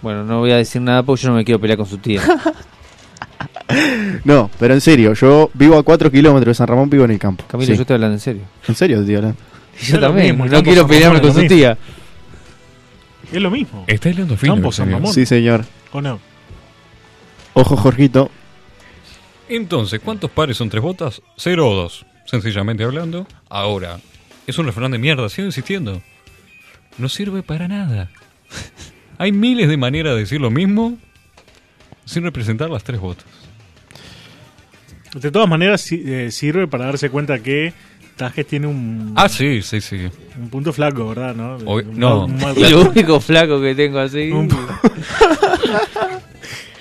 S3: Bueno, no voy a decir nada porque yo no me quiero pelear con su tía.
S2: No, pero en serio, yo vivo a 4 kilómetros de San Ramón, vivo en el campo.
S3: Camilo,
S2: Sí.
S3: yo estoy hablando en serio.
S2: En serio, tío. la-
S3: Y yo
S4: Es lo
S3: también,
S4: mismo,
S3: no
S4: Campo
S3: quiero
S4: San
S3: pelearme
S4: Ramón es
S3: con
S4: lo
S3: su
S4: mismo.
S3: tía.
S4: Es lo mismo.
S1: Está hilando fino.
S4: Campo
S1: en serio.
S4: San Ramón.
S2: Sí, señor.
S4: ¿O no?
S2: Ojo, Jorgito.
S1: Entonces, ¿cuántos pares son tres botas? Cero o dos, sencillamente hablando. Ahora, es un refrán de mierda, sigo insistiendo. No sirve para nada. Hay miles de maneras de decir lo mismo sin representar las tres botas.
S4: De todas maneras, si- eh, sirve para darse cuenta que trajes tiene un,
S1: Ah, sí, sí, sí.
S4: un punto flaco, ¿verdad? No,
S1: Obvio-
S4: Un
S1: no.
S4: mal- Un, mal,
S3: Y lo único flaco que tengo así.
S4: Un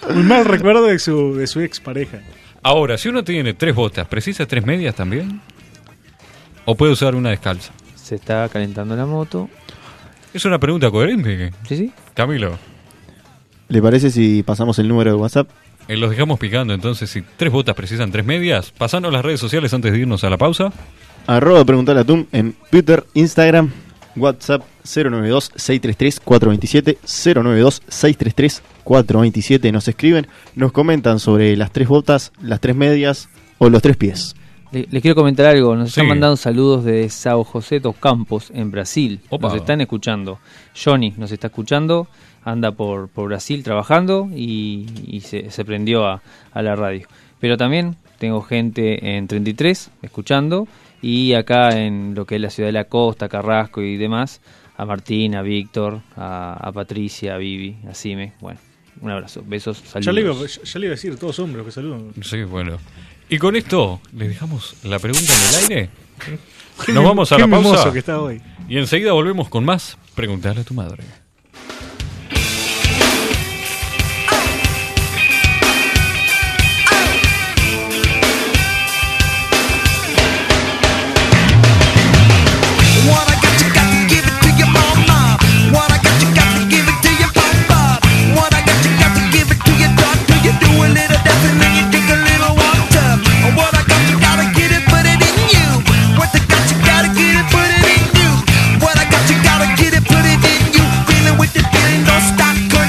S4: un mal recuerdo de su, de su expareja.
S1: Ahora, si uno tiene tres botas, ¿precisa tres medias también? ¿O puede usar una descalza?
S3: Se está calentando la moto.
S1: Es una pregunta coherente,
S3: Sí, sí.
S1: Camilo.
S2: ¿Le parece si pasamos el número de WhatsApp?
S1: Eh, los dejamos picando, entonces, si tres botas precisan tres medias, pasando las redes sociales antes de irnos a la pausa.
S2: Arroba preguntar a Tum en Twitter, Instagram, WhatsApp 092-633-427, 092-633-427. Nos escriben, nos comentan sobre las tres botas, las tres medias o los tres pies.
S3: Le- Les quiero comentar algo. Nos
S1: Sí.
S3: están mandando saludos de Sao José dos Campos, en Brasil.
S1: Opa.
S3: Nos están escuchando. Johnny nos está escuchando. Anda por, por Brasil trabajando y, y se, se prendió a, a la radio. Pero también tengo gente en 33 escuchando. Y acá en lo que es la ciudad de la costa, Carrasco y demás, a Martín, a Víctor, a, a Patricia, a Vivi, a Sime. Bueno, un abrazo, besos, saludos.
S4: Ya le, iba, ya le iba a decir, todos hombres que saludan.
S1: Sí, bueno. Y con esto, les dejamos la pregunta en el aire. Nos vamos a
S4: Qué
S1: la
S4: mimoso
S1: pausa.
S4: que está hoy.
S1: Y enseguida volvemos con más. Preguntarle a tu madre.
S5: What I got, you got to give it to your mama. What I got, you got to give it to your papa. What I got, you got to give it to your doctor. You do a little dancing and you drink a little water. And what I got, you gotta get it, put it in you. What I got, you gotta get it, put it in you. What I got, you gotta get it, put it in you. Oh, Oh,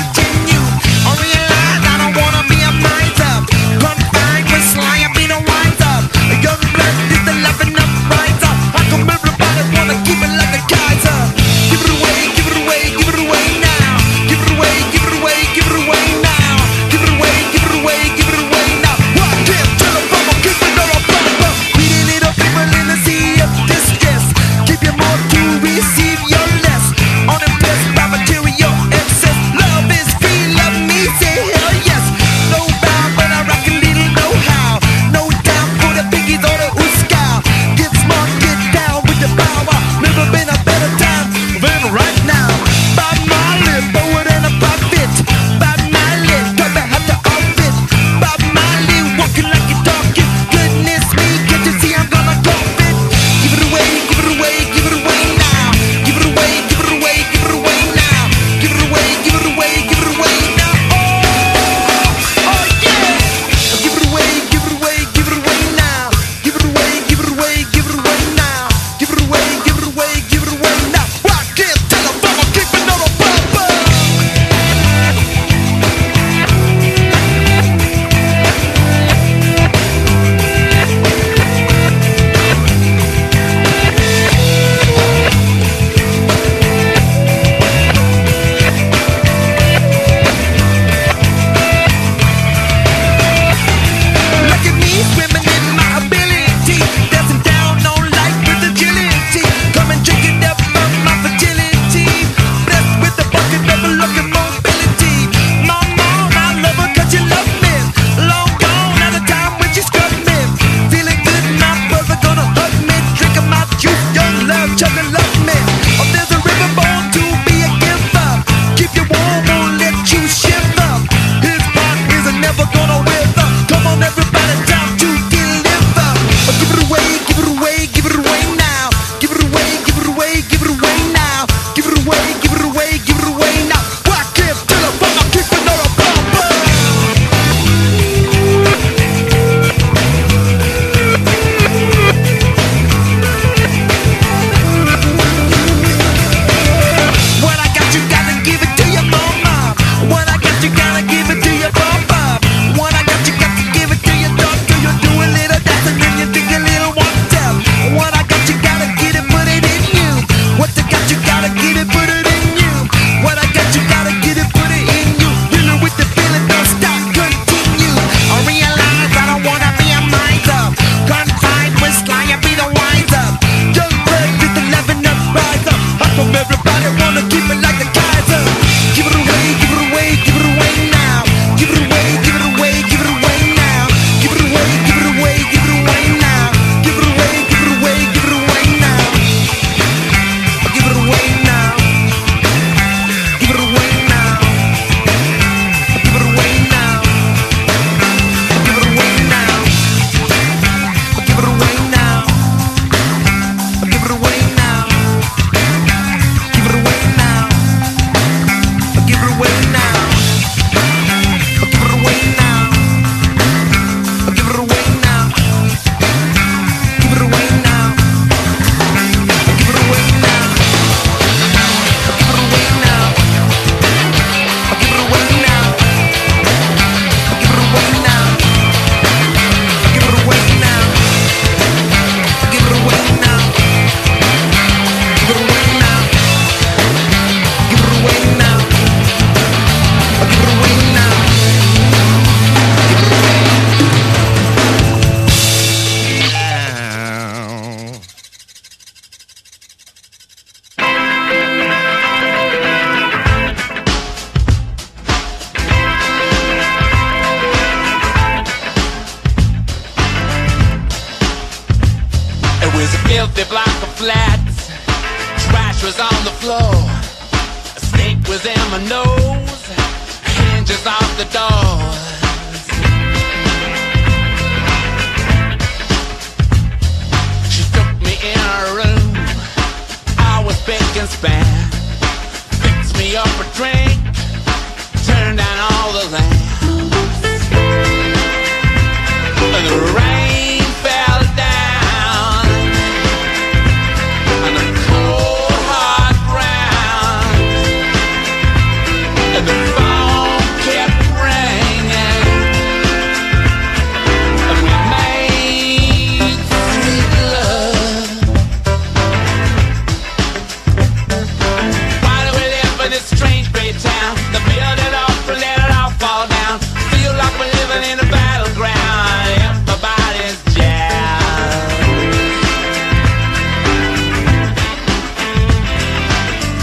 S6: flat. Trash was on the floor. A snake was in my nose. Hinges off the door. She took me in her room. I was big and span. Fixed me up a drink. Turned down all the lamps. And the rain fell down on the cold hard ground. And the phone kept ringing. And we made sweet love. Why do we live in this strange great town? The build it up, let it all fall down. Feel like we're living in a battleground. Everybody's jazzed.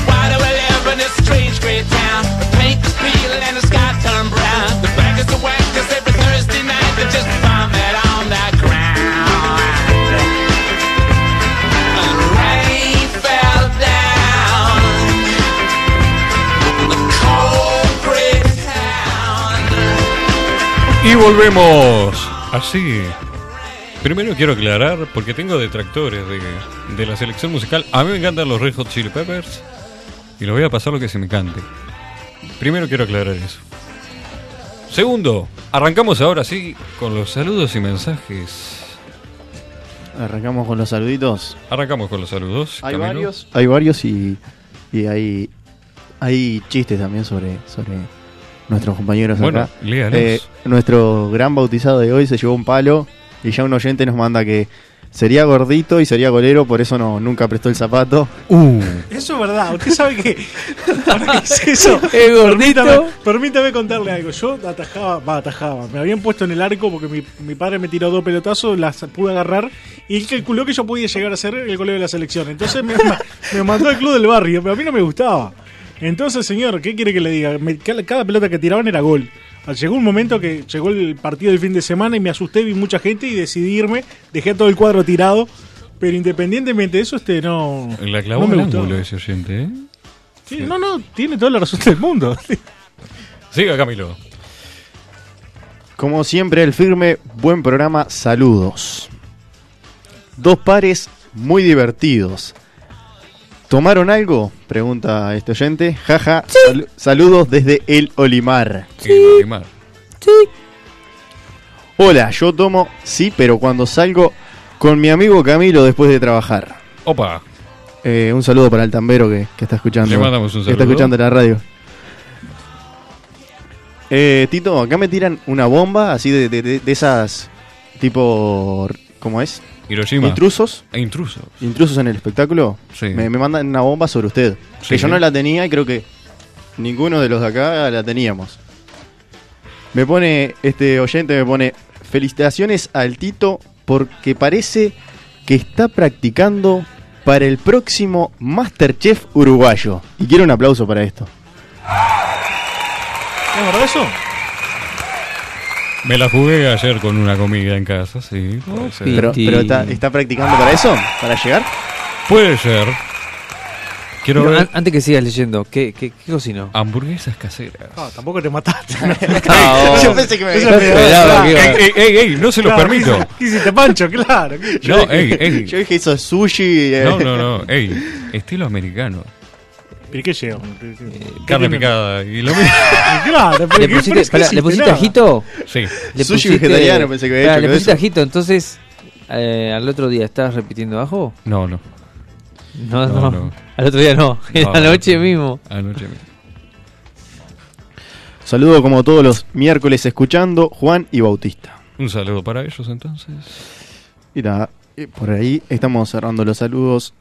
S6: Why do we live in this strange great town? The paint is peeling and the sky turned brown. The bankers are wankers every Thursday night. They just vomit on the ground. And the rain fell down
S1: Y volvemos. Así. Primero quiero aclarar, porque tengo detractores de, de la selección musical. A mí me encantan los Red Hot Chili Peppers. Y lo voy a pasar lo que se me cante. Primero quiero aclarar eso. Segundo, arrancamos ahora sí con los saludos y mensajes.
S2: Arrancamos con los saluditos.
S1: Arrancamos con los saludos.
S2: Hay
S1: Camilo.
S2: varios. Hay varios y, y hay, hay chistes también sobre, sobre nuestros compañeros
S1: Bueno,
S2: acá. Eh,
S1: léalos.
S2: nuestro gran bautizado de hoy se llevó un palo y ya un oyente nos manda que sería gordito y sería golero, por eso no, nunca prestó el zapato.
S4: Eso es verdad, usted sabe que. ¿Para qué es eso?
S3: Es gordito.
S4: Permítame, permítame contarle algo. Yo atajaba, va, atajaba. Me habían puesto en el arco porque mi, mi padre me tiró dos pelotazos, las pude agarrar y él calculó que yo podía llegar a ser el goleo de la selección. Entonces me, ma- me mandó al club del barrio, pero a mí no me gustaba. Entonces, señor, ¿qué quiere que le diga? Me- cada, cada pelota que tiraban era gol. Ah, Llegó un momento que llegó el partido del fin de semana y me asusté, vi mucha gente y decidí irme. Dejé todo el cuadro tirado, pero independientemente de eso, este no.
S1: La clavó
S4: no me
S1: el
S4: gustó.
S1: ángulo ese oyente, ¿eh?
S4: Sí, no, no, tiene toda la razón del mundo.
S1: Siga, Camilo.
S2: Como siempre, el firme, buen programa, saludos. Dos pares muy divertidos. ¿Tomaron algo? Pregunta este oyente. Jaja, salu- saludos desde el Olimar.
S1: El Olimar.
S2: Hola, yo tomo, sí, pero cuando salgo con mi amigo Camilo después de trabajar.
S1: Opa.
S2: Eh, un saludo para el tambero que, que está escuchando.
S1: Le mandamos un
S2: que está
S1: saludo.
S2: escuchando la radio. Eh, Tito, acá me tiran una bomba así de, de- de- de esas tipo... ¿Cómo es?
S1: Hiroshima.
S2: Intrusos.
S1: E intruso.
S2: Intrusos en el espectáculo.
S1: Sí.
S2: Me, me mandan una bomba sobre usted.
S1: Sí.
S2: Que yo no la tenía y creo que ninguno de los de acá la teníamos. Me pone, este oyente me pone, felicitaciones al Tito porque parece que está practicando para el próximo Masterchef uruguayo. Y quiero un aplauso para esto.
S4: ¿Es verdad eso?
S1: Me la jugué ayer con una comida en casa, sí. Puede ser.
S3: Pero-
S2: Pero,
S3: Titi.
S2: pero está, está practicando para eso, para llegar.
S1: Puede ser. Quiero
S3: Pero
S1: ver
S3: an- antes que sigas leyendo, ¿qué, qué, qué cocinó?
S1: hamburguesas caseras.
S4: No, tampoco te mataste.
S1: Ah, oh.
S2: Yo pensé que me-
S4: Eso es peor.
S3: Esperaba que
S1: ¡Ey,
S3: iba-
S1: ey, ey! ey, no se los
S4: Claro,
S1: permito.
S4: ¿qué hici- qué hiciste, Pancho? Claro.
S1: No, ey,
S2: Yo
S1: ey.
S2: dije, hizo sushi. eh.
S1: No, no, no, ey. Estilo americano.
S4: ¿Pero qué llevo?
S1: Carne picada y lo mismo.
S4: Claro, pero
S3: ¿Le
S4: ¿qué-
S3: pusiste,
S4: pero qué
S3: pará, ¿le
S4: hiciste?
S3: pusiste
S4: Nada.
S3: ajito?
S1: Sí.
S3: ¿Le
S2: Sushi vegetariano pensé que había
S3: Pará,
S2: hecho
S3: ¿Le
S2: con
S3: pusiste
S2: eso.
S3: ajito? Entonces, eh, al otro día, ¿estabas repitiendo ajo?
S1: No, no.
S3: No,
S1: No,
S3: no,
S1: no.
S3: Al otro día no.
S1: No,
S3: En la
S1: no.
S3: noche mismo.
S1: Anoche mismo.
S2: Saludo como todos los miércoles escuchando Juan y Bautista.
S1: Un saludo para ellos entonces.
S2: Y nada, eh, por ahí estamos cerrando los saludos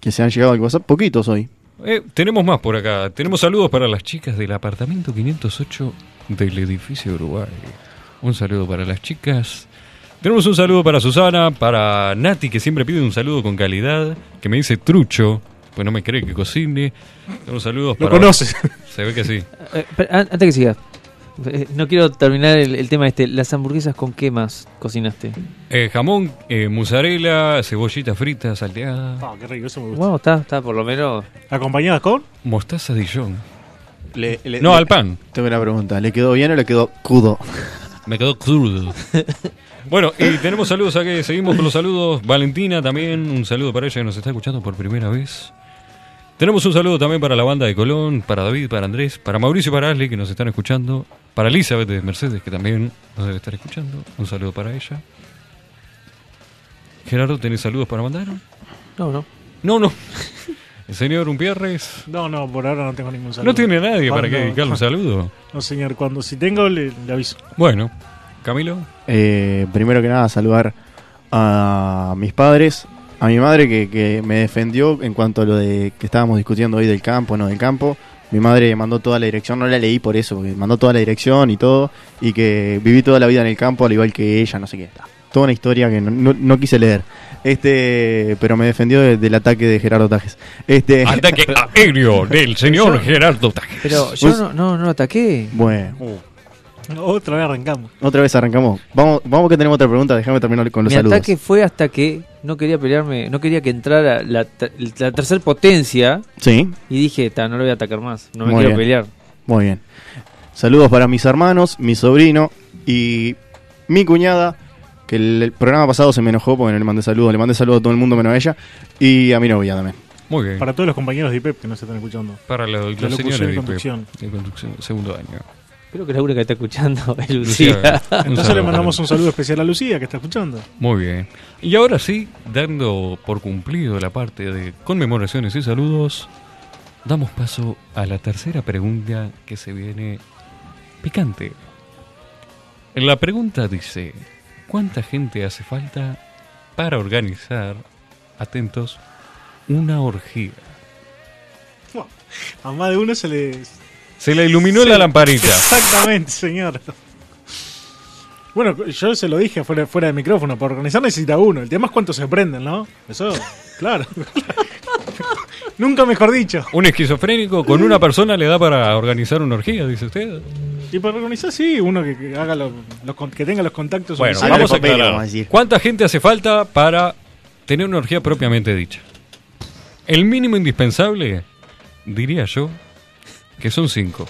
S2: que se han llegado al WhatsApp. Poquitos hoy.
S1: Eh, tenemos más por acá. Tenemos saludos para las chicas del apartamento 508 del edificio Uruguay. Un saludo para las chicas. Tenemos un saludo para Susana, para Nati, que siempre pide un saludo con calidad, que me dice trucho, pues no me cree que cocine. Tenemos saludos
S4: Lo
S1: para.
S4: conoces.
S1: Se ve que sí.
S3: Eh, espera, an- antes que sigas, Eh, No quiero terminar el, el tema este. ¿Las hamburguesas con qué más cocinaste?
S1: Eh, jamón, eh, mozzarella, cebollita frita, salteada,
S4: Ah, qué rico, eso me gusta.
S3: Bueno, está, está por lo menos.
S4: ¿Acompañadas con?
S1: mostaza Dijon.
S2: Le- le-
S1: No,
S2: le-
S1: al pan.
S2: Tengo una pregunta. ¿Le quedó bien o le quedó cudo?
S1: Me quedó crudo. Bueno, y tenemos saludos a que seguimos con los saludos. Valentina también, un saludo para ella que nos está escuchando por primera vez. Tenemos un saludo también para la banda de Colón, para David, para Andrés, para Mauricio y para Ashley que nos están escuchando, para Elizabeth de Mercedes que también nos debe estar escuchando, un saludo para ella. Gerardo, ¿tenés saludos para mandar?
S3: No, no.
S1: No, no. El señor Umpierres
S4: No, no, por ahora no tengo ningún saludo.
S1: no tiene a nadie para que
S4: Cuando-
S1: dedicarle un saludo.
S4: No, señor, cuando si tengo le, le aviso.
S1: Bueno, Camilo.
S2: Eh, primero que nada, saludar a mis padres, a mi madre que, que me defendió en cuanto a lo de que estábamos discutiendo hoy del campo, no del campo. Mi madre mandó toda la dirección, no la leí por eso, porque mandó toda la dirección y todo, y que viví toda la vida en el campo al igual que ella, no sé qué. Toda una historia que no, no- no quise leer. Este, pero me defendió de- del ataque de Gerardo Tajes. Este,
S1: Ataque aéreo del señor Gerardo Tajes.
S3: Pero yo no, no, no ataqué.
S2: bueno,
S4: Otra vez arrancamos.
S2: otra vez arrancamos. Vamos, vamos que tenemos otra pregunta, déjame terminar con los
S3: Mi
S2: saludos.
S3: ataque fue hasta que no quería pelearme, no quería que entrara la, ter- la tercera potencia
S2: Sí.
S3: y dije, "Ta, no lo voy a atacar más, no me
S2: Muy
S3: quiero
S2: bien.
S3: pelear.
S2: Muy bien. Saludos para mis hermanos, mi sobrino y mi cuñada, que el, el programa pasado se me enojó porque no le mandé saludos. Le mandé saludos a todo el mundo menos a ella y a mi novia también.
S1: Muy bien.
S4: Para todos los compañeros de IPEP que nos están escuchando.
S1: Para la, los
S4: La locución
S1: señores
S4: y
S1: de
S4: conducción.
S1: de conducción, segundo año.
S3: Creo que es la única que está escuchando es Lucía.
S1: Lucía, un
S4: Entonces
S1: saludo
S4: le mandamos
S1: para-
S4: un saludo especial a Lucía que está escuchando.
S1: Muy bien. Y ahora sí, dando por cumplido la parte de conmemoraciones y saludos, damos paso a la tercera pregunta que se viene picante. La pregunta dice, ¿cuánta gente hace falta para organizar, atentos, una orgía?
S4: A más de uno se le.
S1: Se le iluminó la lamparita.
S4: Exactamente, señor. Bueno, yo se lo dije fuera, fuera de micrófono. Para organizar necesita uno. El tema es cuántos se prenden, ¿no? Eso, claro. Nunca mejor dicho.
S1: Un esquizofrénico con una persona le da para organizar una orgía, dice usted.
S4: Y para organizar, sí, uno que, que haga los, los con- que tenga los contactos.
S1: Bueno,
S4: suficientes.
S1: vamos a
S2: papel,
S1: aclarar.
S2: vamos a decir.
S1: ¿Cuánta gente hace falta para tener una orgía propiamente dicha? El mínimo indispensable, diría yo, que son cinco.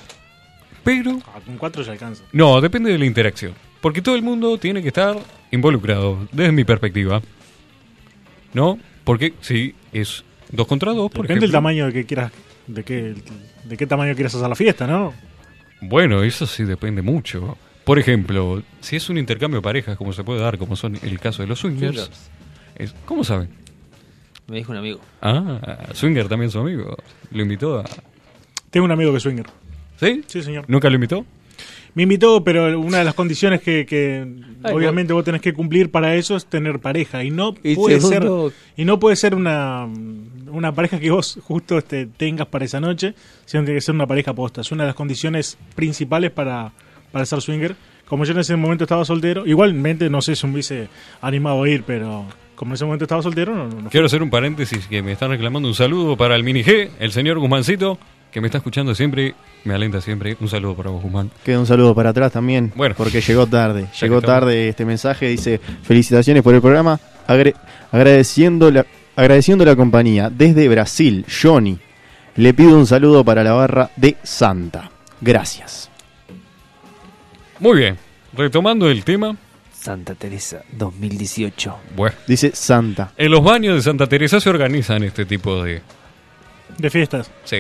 S1: Pero,
S4: Ah, con cuatro ya alcanza.
S1: no, depende de la interacción. Porque todo el mundo tiene que estar involucrado, desde mi perspectiva. ¿No? Porque si es dos contra dos, por
S4: Depende del
S1: ejemplo.
S4: tamaño de que quieras. De qué, de qué tamaño quieras hacer la fiesta, ¿no?
S1: Bueno, eso sí depende mucho. Por ejemplo, si es un intercambio de parejas, como se puede dar, como son el caso de los swingers, es- ¿cómo saben?
S3: Me dijo un amigo.
S1: Ah, Swinger también su amigo. Lo invitó a.
S4: Tengo un amigo que es swinger.
S1: ¿Sí?
S4: Sí, señor.
S1: ¿Nunca lo invitó?
S4: Me invitó, pero una de las condiciones que, que
S3: Ay,
S4: obviamente vos tenés que cumplir para eso es tener pareja. Y no
S3: Y
S4: puede
S3: segundo-
S4: ser, y no puede ser una, una pareja que vos justo este, tengas para esa noche, sino que tiene que ser una pareja posta. Es una de las condiciones principales para, para ser swinger. Como yo en ese momento estaba soltero, igualmente no sé si me hubiese animado a ir, pero como en ese momento estaba soltero, no, no- no fui.
S1: Quiero hacer un paréntesis que me están reclamando un saludo para el mini G, el señor Guzmancito, que me está escuchando siempre, me alenta siempre. Un saludo para vos, Guzmán.
S2: Queda un saludo para atrás también,
S1: Bueno.
S2: porque llegó tarde.
S1: que
S2: Llegó
S1: estamos.
S2: tarde este mensaje, dice, felicitaciones por el programa, agre- agradeciendo, la, agradeciendo la compañía. Desde Brasil, Johnny, le pido un saludo para la barra de Santa. Gracias.
S1: Muy bien, retomando el tema.
S3: Santa Teresa 2018.
S1: Bueno,
S2: Dice Santa.
S1: en los baños de Santa Teresa se organizan este tipo de.
S4: de fiestas.
S1: Sí.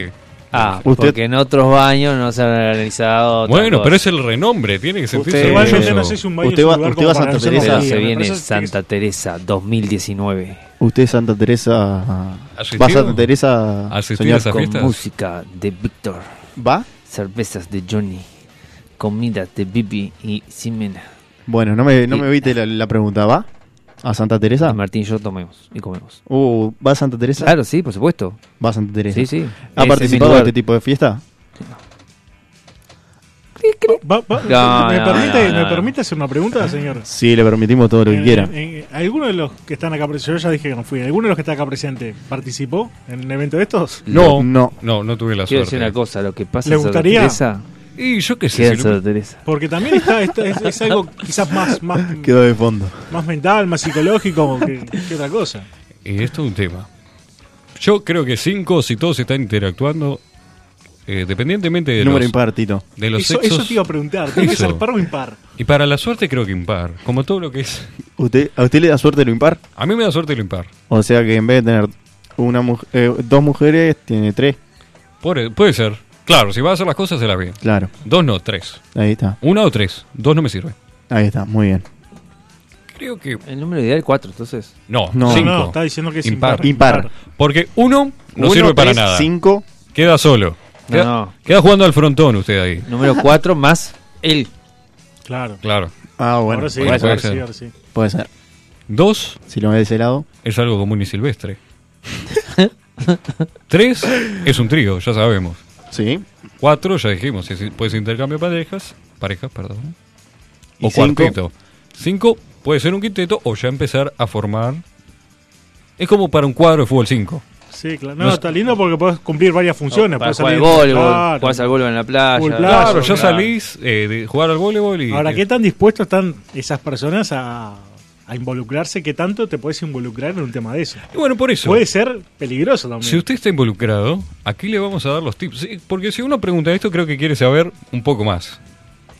S3: Ah,
S2: Usted-
S3: porque en otros baños no se han analizado. otra
S1: Bueno,
S3: cosa.
S1: pero es el renombre, tiene que sentirse.
S2: Usted-
S1: orgulloso.
S4: Igualmente no sé si un baño
S2: Usted
S4: es un
S2: va-
S4: lugar
S2: usted
S4: como
S2: va a
S4: para
S2: Santa
S4: hacer
S2: Teresa.
S3: Pero
S4: orgía,
S3: se
S4: me
S3: viene
S4: parece que-
S3: Santa Teresa 2019
S2: ¿Usted, Santa Teresa,
S1: ¿Asistió?
S2: va a Santa Teresa?
S1: ¿Asistió
S2: señor?
S1: a esa
S3: con
S1: fiesta?
S3: música de Víctor,
S2: ¿Va?
S3: cervezas de Johnny, comidas de Bibi y Simena.
S2: Bueno, no me, no
S3: Y-
S2: me evite la, la pregunta. ¿Va a Santa
S3: Y
S2: Teresa?
S3: Ah, Martín y yo tomemos y comemos.
S2: Uh, ¿Va a Santa Teresa?
S3: Claro, sí, por supuesto.
S2: Va a Santa Teresa.
S3: Sí, sí. Ese
S2: ¿Ha
S3: es mi
S2: participado de
S3: lugar.
S2: este tipo de fiesta?
S4: Va- va-
S3: No,
S4: ¿Me,
S3: no,
S4: permite,
S3: no,
S4: ¿me
S3: no.
S4: permite hacer una pregunta, señor?
S2: Sí, le permitimos todo lo que
S4: En-
S2: quiera.
S4: en- ¿Alguno de los que están acá presentes, yo ya dije que no fui, ¿alguno de los que está acá presente participó en un evento de estos?
S1: No,
S2: No.
S1: no, no tuve la
S3: Quiero
S1: suerte.
S3: decir una cosa, lo que pasa
S4: ¿Le
S3: en Santa
S4: gustaría?
S3: Teresa
S1: Y yo qué sé.
S3: Qué
S1: si lo-
S3: solo Teresa.
S4: Porque también está, está- es, es algo quizás más, más,
S2: Quedó de fondo.
S4: más mental, más psicológico que, que otra cosa.
S1: Y esto es un tema. Yo creo que cinco, si todos están interactuando, eh, dependientemente de
S2: Número
S1: los,
S2: impar, Tito.
S1: de los
S4: Eso,
S1: sexos.
S4: eso te iba a preguntar, ¿tiene que
S1: Eso.
S4: ser par o impar?
S1: Y para la suerte creo que impar, como todo lo que es.
S2: ¿Usted, ¿A usted le da suerte lo impar?
S1: A mí me da suerte lo impar.
S2: O sea que en vez de tener una muj- eh, dos mujeres, tiene tres.
S1: Puede, e- puede ser. Claro, si vas a hacer las cosas, se las ve.
S2: Claro,
S1: Dos no, tres.
S2: ahí está.
S1: Una o tres. Dos no me sirve.
S2: Ahí está, muy bien.
S1: Creo que.
S3: El número ideal 4, entonces.
S1: No,
S2: No.
S1: cinco.
S4: No, está diciendo que es
S1: Impar.
S4: impar.
S2: Impar.
S1: Porque uno no
S2: Uno,
S1: sirve para
S2: tres,
S1: nada.
S2: Cinco.
S1: Queda solo.
S3: No,
S1: Queda,
S3: no.
S1: queda jugando al frontón usted ahí.
S3: Número 4 más el.
S4: Claro.
S1: Claro.
S2: Ah, bueno.
S4: ahora sí,
S1: bueno,
S2: puede,
S1: puede
S4: ahora
S2: ser.
S1: ser.
S4: sí, ahora sí.
S2: Puede ser.
S1: Dos
S2: Si lo ve de ese lado.
S1: es algo común y silvestre. Tres es un trío, ya sabemos.
S2: Sí.
S1: Cuatro, ya dijimos, es- puede ser intercambio de parejas. Parejas, perdón.
S2: Y
S1: O
S2: cinco.
S1: cuarteto. Cinco puede ser un quinteto o ya empezar a formar. Es como para un cuadro de fútbol 5.
S4: Sí, claro. No,
S1: No es-
S4: está lindo porque puedes cumplir varias funciones.
S3: para
S4: podés
S3: jugar al
S4: salir-
S3: voleibol,
S4: Claro.
S3: jugás al voleibol en la playa.
S4: Fútbol playa,
S1: Claro, ya
S4: claro.
S1: salís eh, de jugar al voleibol y.
S4: Ahora, ¿qué tan dispuestos están esas personas a, a involucrarse? ¿Qué tanto te puedes involucrar en un tema de eso?
S1: Y bueno, por eso.
S4: Puede ser peligroso también.
S1: Si usted está involucrado, aquí le vamos a dar los tips. Sí, Porque si uno pregunta esto, creo que quiere saber un poco más.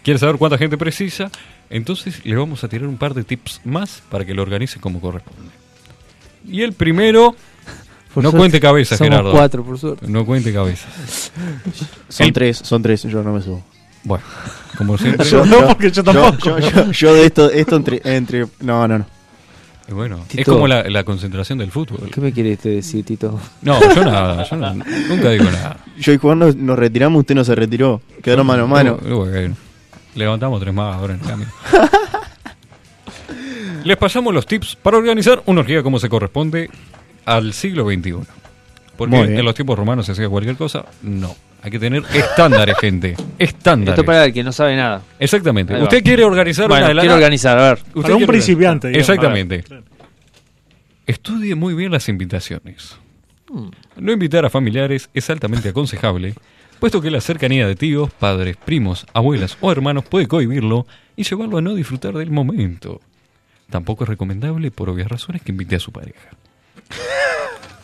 S1: Quiere saber cuánta gente precisa. Entonces le vamos a tirar un par de tips más para que lo organice como corresponde. Y el primero, no cuente cabezas,
S3: Pues Somos
S1: Gerardo.
S3: 4, por suerte.
S1: No cuente cabezas.
S2: Son
S1: El-
S2: tres, son tres. Yo no me subo.
S1: Bueno, como siempre.
S4: Yo no, porque yo tampoco.
S2: Yo, yo- yo de esto, esto entre, entre. No, no, no.
S1: y bueno, es
S3: Tito.
S1: como la, la concentración del fútbol.
S3: ¿Qué me quiere usted decir, Tito?
S1: No, yo nada, yo no- nunca digo nada.
S2: Yo y Juan nos, nos retiramos, usted no se retiró. Quedaron mano a mano.
S1: Uh, bueno. Levantamos tres más ahora en el cambio. Les pasamos los tips para organizar una orgía como se corresponde al siglo XXI. Porque
S2: Muy bien.
S1: en los tiempos romanos se hacía cualquier cosa. No. Hay que tener estándares, gente. Estándares.
S3: Esto para el que no sabe nada.
S1: Exactamente.
S3: Ahí va.
S1: Usted quiere organizar
S3: bueno,
S1: una de la
S3: quiero
S1: nada.
S3: organizar, a ver.
S1: Usted
S4: Para un
S1: quiere organizar.
S4: principiante, digamos.
S1: Exactamente. Estudie muy bien las invitaciones. No invitar a familiares es altamente aconsejable, puesto que la cercanía de tíos, padres, primos, abuelas o hermanos puede cohibirlo y llevarlo a no disfrutar del momento. Tampoco es recomendable, por obvias razones, que invite a su pareja.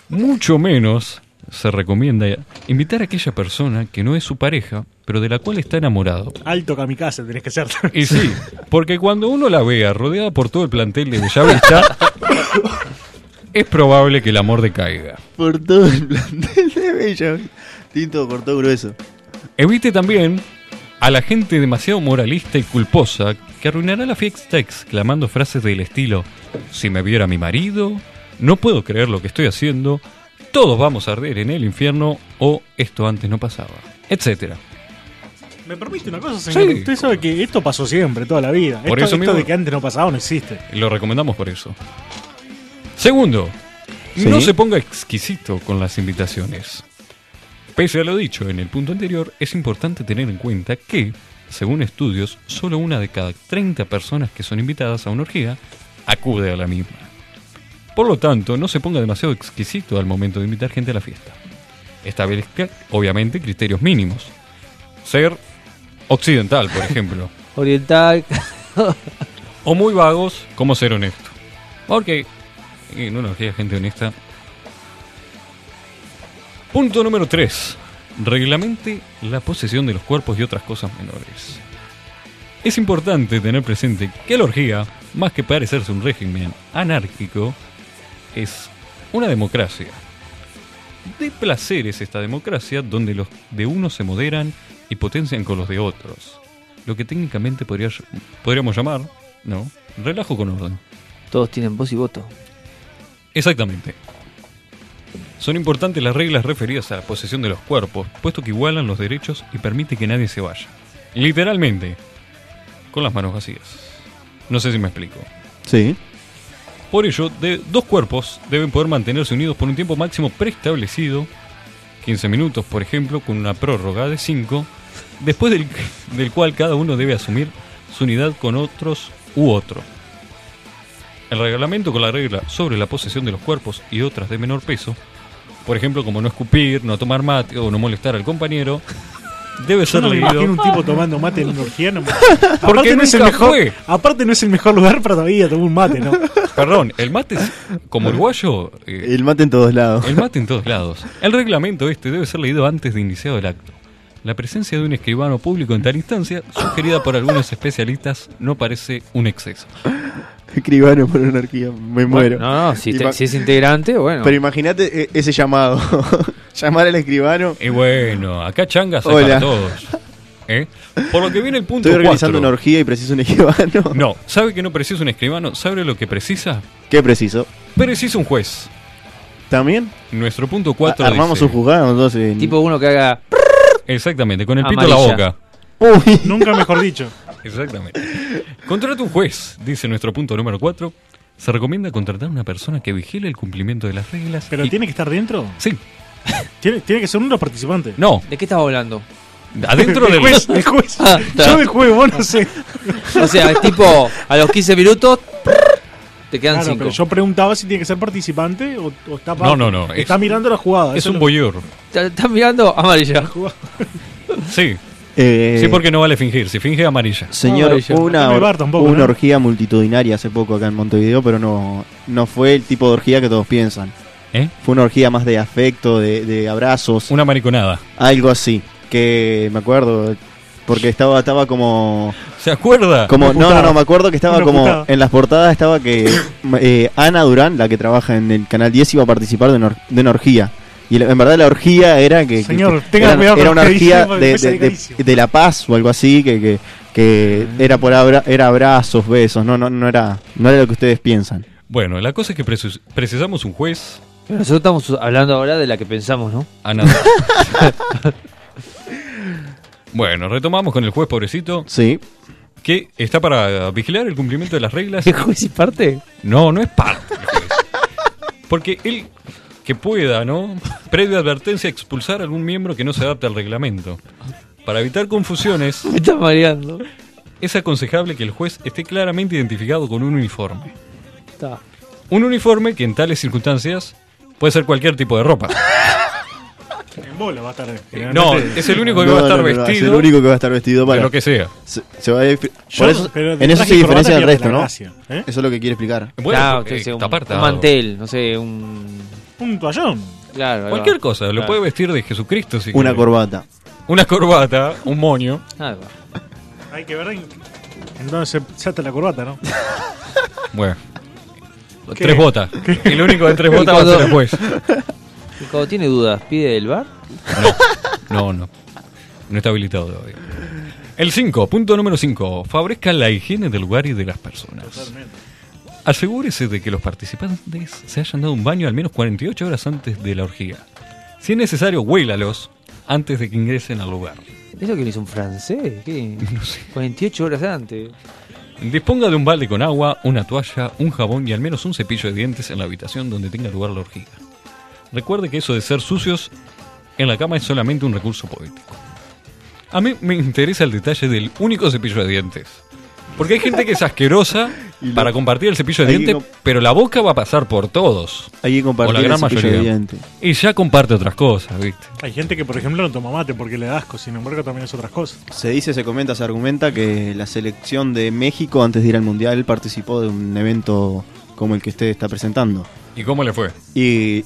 S1: Mucho menos se recomienda invitar a aquella persona que no es su pareja, pero de la cual está enamorado.
S4: Alto kamikaze tenés que ser.
S1: Y sí, porque cuando uno la vea rodeada por todo el plantel de Bellavista, es probable que el amor decaiga.
S2: Por todo el plantel de Bella. Tito cortó grueso.
S1: Evite también a la gente demasiado moralista y culposa que arruinará la fiesta exclamando frases del estilo: Si me viera mi marido, no puedo creer lo que estoy haciendo, todos vamos a arder en el infierno o esto antes no pasaba, etcétera.
S4: ¿Me permite una cosa, señor?
S1: Sí.
S4: Usted sabe que esto pasó siempre, toda la vida.
S1: Por
S4: esto
S1: eso
S4: esto
S1: mismo-
S4: de que antes no pasaba no existe.
S1: Y Lo recomendamos por eso. Segundo, no se ponga exquisito con las invitaciones. Pese a lo dicho en el punto anterior, es importante tener en cuenta que, según estudios, solo una de cada 30 personas que son invitadas a una orgía acude a la misma. Por lo tanto, no se ponga demasiado exquisito al momento de invitar gente a la fiesta. Establezca, obviamente, criterios mínimos. Ser occidental, por ejemplo.
S3: Oriental.
S1: o muy vagos como ser honesto. Porque eh, en una orgía de gente honesta. Punto número 3. Reglamente la posesión de los cuerpos y otras cosas menores. Es importante tener presente que la orgía, más que parecerse un régimen anárquico, es una democracia. De placeres esta democracia donde los de unos se moderan y potencian con los de otros. Lo que técnicamente podría- podríamos llamar, ¿no? Relajo con orden.
S3: Todos tienen voz y voto.
S1: Exactamente. Son importantes las reglas referidas a la posesión de los cuerpos, puesto que igualan los derechos y permite que nadie se vaya. Literalmente, con las manos vacías. No sé si me explico.
S2: Sí.
S1: Por ello, de- dos cuerpos deben poder mantenerse unidos por un tiempo máximo preestablecido, 15 minutos por ejemplo, con una prórroga de 5, después del, del cual cada uno debe asumir su unidad con otros u otro. El reglamento con la regla sobre la posesión de los cuerpos y otras de menor peso, por ejemplo como no escupir, no tomar mate o no molestar al compañero, Debe
S4: Yo
S1: ser
S4: no me imagino
S1: leído.
S4: un tipo tomando mate en una orgía, no me-
S1: Porque
S4: aparte no es el
S1: nunca
S4: mejor,
S1: fue.
S4: aparte no es el mejor lugar para todavía tomar un mate, ¿no?
S1: Perdón, el mate es- como uruguayo. eh,
S2: El mate en todos lados.
S1: el mate en todos lados. El reglamento este debe ser leído antes de iniciado el acto. La presencia de un escribano público en tal instancia, sugerida por algunos especialistas, no parece un exceso.
S2: Escribano por anarquía, me muero.
S3: No, no, si, te-
S2: Ima-
S3: si es integrante, bueno.
S2: Pero imagínate eh, ese llamado. Llamar al escribano.
S1: Y bueno, acá changas hay
S2: Hola.
S1: para todos. ¿Eh? Por lo que viene el punto
S2: Estoy organizando
S1: cuatro.
S2: una orgía y preciso un escribano.
S1: No, sabe que no precisa un escribano, sabe lo que precisa.
S2: ¿Qué preciso?
S1: Precisa un juez.
S2: ¿También?
S1: Nuestro punto
S2: A-
S1: 4
S2: Armamos un juzgado, entonces.
S3: tipo uno que haga.
S1: Exactamente, con el pito en la
S3: Amarilla.
S1: boca.
S2: Uy.
S4: Nunca mejor dicho.
S1: Exactamente. Contrata un juez, dice nuestro punto número 4. Se recomienda contratar una persona que vigile el cumplimiento de las reglas.
S4: Pero
S1: y-
S4: tiene que estar dentro.
S1: Sí,
S4: Tiene, tiene que ser uno de los participantes.
S1: no,
S3: ¿De qué estás hablando?
S1: adentro
S4: el
S1: del
S4: juez, el juez.
S3: Ah, está.
S4: Yo del juez, vos no sé.
S3: O sea, tipo, a los 15 minutos. Te quedan
S4: Claro, pero
S3: 5.
S4: yo preguntaba si tiene que ser participante o, o está
S1: No, no, no,
S4: Está
S1: es-
S4: mirando la jugada.
S1: Es
S4: eso
S1: un
S4: lo-
S1: boyur.
S3: Estás mirando amarilla.
S1: Sí,
S2: Eh,
S1: sí, porque no vale fingir. Si finge amarilla.
S2: Señor,
S3: Ah, vale, yo-
S2: hubo una,
S4: No me
S2: or-
S4: bar tampoco,
S2: hubo una
S4: ¿no?
S2: orgía multitudinaria hace poco acá en Montevideo, pero no, no fue el tipo de orgía que todos piensan.
S1: ¿Eh?
S2: Fue una orgía más de afecto, de, de abrazos,
S1: Una mariconada.
S2: algo así. Que me acuerdo, porque estaba, estaba como...
S1: ¿Se acuerda?
S2: como
S4: Una
S2: no, no,
S4: putada.
S2: no, me acuerdo que estaba
S4: Una
S2: como...
S4: putada.
S2: En las portadas estaba que eh, Ana Durán, la que trabaja en el Canal 10, iba a participar de una, or- de una orgía. Y la- en verdad la orgía era que... que-
S4: Señor,
S2: que
S4: tenga
S2: eran-
S4: cuidado
S2: era,
S4: con lo
S2: una
S4: que dice,
S2: orgía
S4: porque
S2: de,
S4: después
S2: de-
S4: hay
S2: de-
S4: galicio.
S2: de la paz o algo así, que, que, que
S4: Ah.
S2: era por abra- era abrazos, besos, no, no, no, era, no era lo que ustedes piensan.
S1: Bueno, la cosa es que precis- precisamos un juez,
S3: Pero nosotros estamos hablando ahora de la que pensamos, ¿no?
S1: a nada. bueno, retomamos con el juez pobrecito,
S2: Sí.
S1: que está para vigilar el cumplimiento de las reglas.
S3: ¿Qué juez y parte?
S1: No, no es parte del juez. Porque él que pueda, ¿no? Previa advertencia, expulsar a algún miembro que no se adapte al reglamento. Para evitar confusiones,
S3: Me estás mareando.
S1: es aconsejable que el juez esté claramente identificado con un uniforme.
S3: Está.
S1: Un uniforme que en tales circunstancias puede ser cualquier tipo de ropa.
S4: En bola va a estar. eh,
S1: Eh, No,
S4: generalmente.
S1: es el único que
S2: No,
S1: va a
S2: no,
S1: estar
S2: no, no, es el
S1: vestido
S2: único que va a estar vestido
S1: de
S2: para...
S1: lo que sea.
S2: se, se va a dif-
S4: Yo-
S2: por eso-
S4: pero de
S2: en eso
S4: traje
S2: se
S4: y corbata
S2: diferencia del
S4: pierde
S2: resto,
S4: la
S2: ¿no?
S4: gracia, ¿eh?
S2: Eso es lo que quiere explicar.
S1: Bueno,
S3: Claro,
S1: eh,
S3: usted dice un,
S1: está apartado.
S3: un mantel, no sé, un.
S4: Un toallón.
S3: Claro. ahí va.
S1: Cualquier cosa, lo
S3: Claro.
S1: puede vestir de Jesucristo. Si
S2: Una
S1: quiere.
S2: corbata.
S1: Una corbata, un moño.
S3: Ahí va.
S4: Hay que ver. en- Entonces, ya está la corbata, ¿no?
S1: Bueno.
S4: ¿Qué?
S1: Tres botas. El único de tres
S3: Y
S1: botas va a ser
S3: cuando-
S1: el juez.
S3: Y cuando tiene dudas, pide el bar.
S1: No, no. No está habilitado todavía. El 5, punto número 5. Favorezca la higiene del lugar y de las personas. Asegúrese de que los participantes se hayan dado un baño al menos 48 horas antes de la orgía. Si es necesario, huélalos antes de que ingresen al lugar.
S3: ¿Eso que lo hizo un francés? ¿Qué? 48 horas antes.
S1: Disponga de un balde con agua, una toalla, un jabón y al menos un cepillo de dientes en la habitación donde tenga lugar la orgía. Recuerde que eso de ser sucios en la cama es solamente un recurso poético. A mí me interesa el detalle del único cepillo de dientes. Porque hay gente que es asquerosa
S2: Y lo-
S1: para compartir el cepillo de
S2: Hay que
S1: dientes,
S2: comp-
S1: pero la boca va a pasar por todos.
S2: Hay que
S1: O
S2: compartir
S1: la gran
S2: el cepillo de
S1: mayoría.
S2: diente.
S1: Y ya comparte otras cosas, ¿viste?
S4: Hay gente que, por ejemplo, no toma mate porque le da asco. Sin embargo, también es otras cosas.
S2: Se dice, se comenta, se argumenta que la selección de México antes de ir al Mundial participó de un evento como el que usted está presentando.
S1: ¿Y cómo le fue?
S2: Y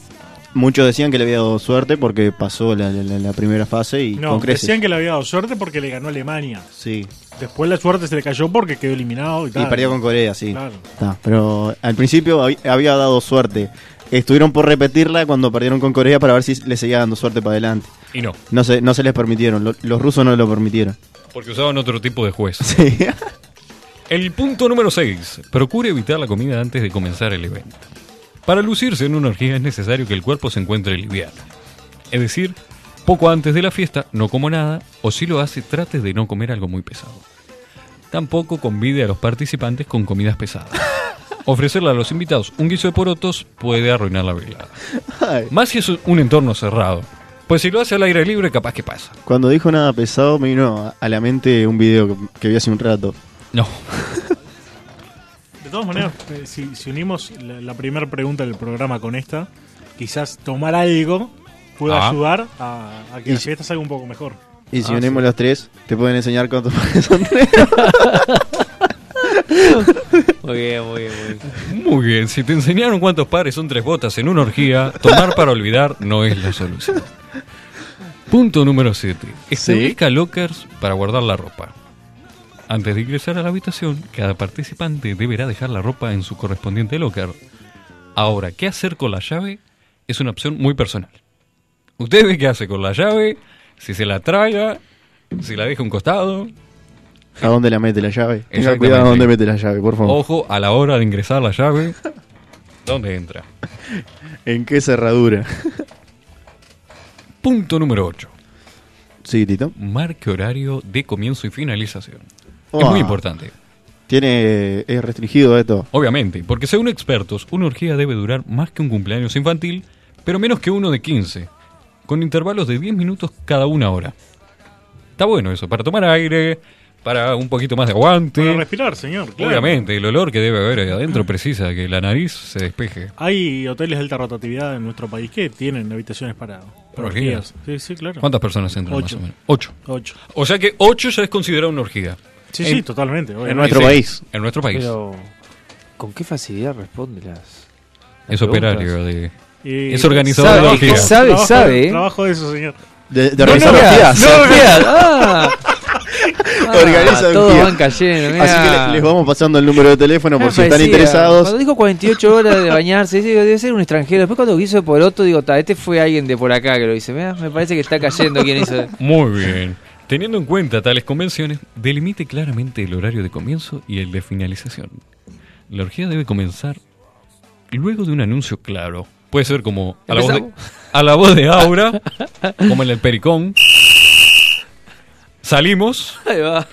S2: muchos decían que le había dado suerte porque pasó la, la- la- la primera fase y
S4: No,
S2: con creces.
S4: decían que le había dado suerte porque le ganó a Alemania.
S2: Sí,
S4: Después la suerte se le cayó porque quedó eliminado y tal.
S2: y perdió con Corea, sí.
S4: Claro.
S2: Está, pero al principio hab- había dado suerte. Estuvieron por repetirla cuando perdieron con Corea para ver si le seguía dando suerte para adelante.
S1: Y no,
S2: No se, no se les permitieron, lo- los rusos no lo permitieron.
S1: porque usaban otro tipo de juez.
S2: Sí.
S1: El punto número 6. Procure evitar la comida antes de comenzar el evento. Para lucirse en una orgía es necesario que el cuerpo se encuentre liviano. Es decir, poco antes de la fiesta no como nada o si lo hace trate de no comer algo muy pesado. Tampoco convide a los participantes con comidas pesadas. Ofrecerle a los invitados un guiso de porotos puede arruinar la velada.
S2: Ay,
S1: Más si es un entorno cerrado. Pues si lo hace al aire libre capaz que pasa.
S2: Cuando dijo nada pesado me vino a- a la mente un video que, que vi hace un rato.
S1: No.
S4: De todas maneras, eh, si, si unimos la, primera pregunta del programa con esta, quizás tomar algo pueda
S1: Ah.
S4: ayudar a, a que
S2: Y
S4: la
S2: si-
S4: fiesta salga un poco mejor.
S2: Y si
S3: Ah,
S2: unimos
S3: sí.
S2: los tres, te pueden enseñar cuántos pares son tres.
S3: Muy bien, muy bien, muy bien.
S1: Muy bien, si te enseñaron cuántos pares son tres botas en una orgía, tomar para olvidar no es la solución. Punto número 7. Establezca lockers para guardar la ropa. Antes de ingresar a la habitación, cada participante deberá dejar la ropa en su correspondiente locker. Ahora, ¿qué hacer con la llave? Es una opción muy personal. Usted ve qué hace con la llave, si se la traga, si la deja a un costado.
S2: ¿A dónde la mete la llave? Tenga
S1: Exactamente.
S2: cuidado a dónde mete la llave, por favor.
S1: Ojo a la hora de ingresar la llave. ¿Dónde entra?
S2: ¿En qué cerradura?
S1: Punto número 8.
S2: Sí, Tito.
S1: Marque horario de comienzo y finalización. Es
S2: Ah.
S1: muy importante.
S2: Tiene. Es restringido esto.
S1: Obviamente, porque según expertos, una orgía debe durar más que un cumpleaños infantil, pero menos que uno de 15, con intervalos de 10 minutos cada una hora. Está bueno eso, para tomar aire, para un poquito más de
S4: Para
S1: aguante.
S4: respirar, señor. claro.
S1: Obviamente, el olor que debe haber ahí adentro precisa que la nariz se despeje.
S4: Hay hoteles de alta rotatividad en nuestro país que tienen habitaciones para, para
S1: Orgías.
S4: orgías. Sí, sí, claro.
S1: ¿Cuántas personas entran más
S4: Ocho.
S1: o menos? 8.
S4: Ocho.
S1: O sea que 8 ya es considerado una orgía.
S4: Sí,
S1: En-
S4: sí, totalmente. obviamente.
S2: En nuestro
S1: Sí,
S2: país.
S1: En nuestro país.
S3: Pero, ¿con qué facilidad responde las.?
S1: es
S3: las
S1: operario
S3: preguntas?
S4: eh,
S1: de...
S4: Y-
S1: Es organizador
S3: Sabe,
S1: de
S3: es que
S1: orgías.
S3: sabe,
S4: Trabajo-
S3: sabe, ¿eh?
S4: Trabajo de eso, señor.
S2: De, de
S3: No,
S2: organizar
S3: no,
S2: orgías.
S3: no, mirá, ah. Ah,
S2: Organiza
S3: Todos
S2: orgías.
S3: van cayendo, mirá.
S2: Así que le- les vamos pasando el número de teléfono por
S3: Me
S2: si están
S3: Ah, parecía,
S2: interesados.
S3: Cuando dijo 48 horas de bañarse, dice, debe ser un extranjero. Después cuando hizo por otro, digo, ta, este fue alguien de por acá que lo hizo. Mirá, me parece que está cayendo quien hizo.
S1: Muy bien. Teniendo en cuenta tales convenciones, delimite claramente el horario de comienzo y el de finalización. La orgía debe comenzar luego de un anuncio claro. Puede ser como a la, voz de, a la voz de Aura, como en el Pericón. Salimos
S3: Ahí va.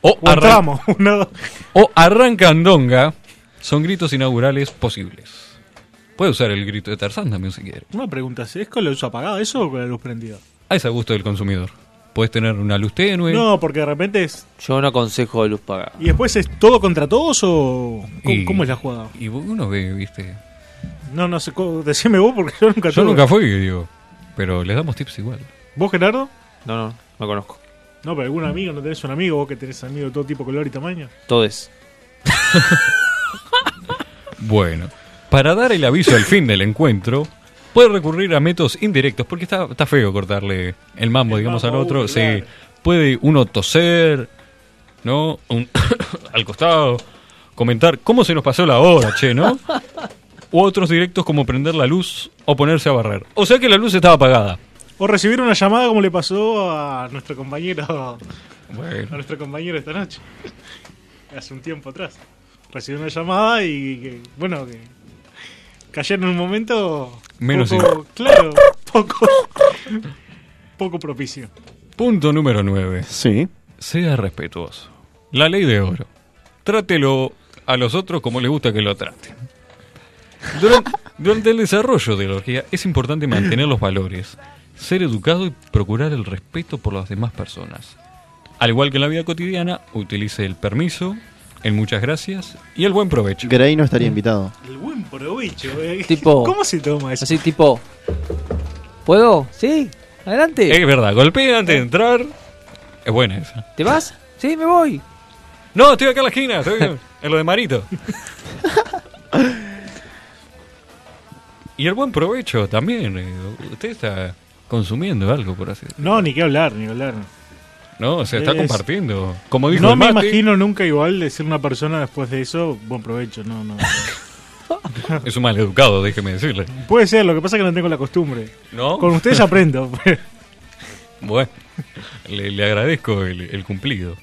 S1: o,
S4: O
S1: arran-
S4: entramos. una-
S1: o arrancandonga. Son gritos inaugurales posibles. Puede usar el grito de Tarzán también si quiere.
S4: Una pregunta, ¿es con la luz apagada eso o con la luz prendida?
S1: Ah, es a gusto del consumidor. Puedes tener una luz tenue.
S4: No, porque de repente es...
S3: Yo no aconsejo luz pagada.
S4: ¿Y después es todo contra todos o cómo,
S1: Y-
S4: cómo es la jugada?
S1: Y uno ve, viste.
S4: No, no sé, cómo- decime vos porque yo nunca
S1: Yo
S4: tuve.
S1: nunca fui, digo. Pero les damos tips igual.
S4: ¿Vos, Gerardo?
S3: No, no, no conozco.
S4: No, pero algún amigo, ¿no tenés un amigo? Vos que tenés amigos de todo tipo, color y tamaño.
S3: Todo es.
S1: Bueno, para dar el aviso al fin del encuentro, puede recurrir a métodos indirectos, porque está, está feo cortarle el mambo, digamos, al
S4: mambo,
S1: otro.
S4: uh,
S1: Sí,
S4: claro.
S1: puede uno toser, ¿no? Un al costado, comentar cómo se nos pasó la hora, che, ¿no? U otros directos como prender la luz o ponerse a barrer. O sea que la luz estaba apagada.
S4: O recibir una llamada como le pasó a nuestro compañero a
S1: Bueno,
S4: nuestro compañero esta noche. Hace un tiempo atrás. Recibió una llamada y que, bueno, que cayeron en un momento
S1: Menos
S4: poco, claro, poco poco propicio.
S1: punto número 9.
S2: Sí.
S1: Sea respetuoso. La ley de oro. Trátelo a los otros como les gusta que lo traten. Duran- Durante, el desarrollo de la orgía es importante mantener los valores, ser educado y procurar el respeto por las demás personas. Al igual que en la vida cotidiana, utilice el permiso, el muchas gracias y el buen provecho.
S2: Gray no estaría invitado.
S4: El buen provecho, eh.
S3: Tipo-
S4: ¿Cómo se toma eso?
S3: Así tipo, ¿puedo? ¿Sí? ¿Adelante?
S2: Eh.
S1: Es verdad, golpea antes de entrar. Es buena esa.
S3: ¿Te vas? Sí, me voy.
S1: No, estoy acá en la esquina, estoy en lo de Marito. Y el buen provecho también. eh, Usted está consumiendo algo, por así decirlo.
S4: No, ni qué hablar, ni qué hablar.
S1: No, o sea, está
S4: Es-
S1: compartiendo. Como dijo
S4: No
S1: el
S4: me
S1: Mati,
S4: imagino nunca igual decir una persona después de eso, buen provecho, no, no.
S1: es un maleducado, déjeme decirle.
S4: Puede ser, lo que pasa es que no tengo la costumbre.
S1: ¿No?
S4: Con ustedes aprendo.
S1: Bueno, le, le agradezco el, el cumplido.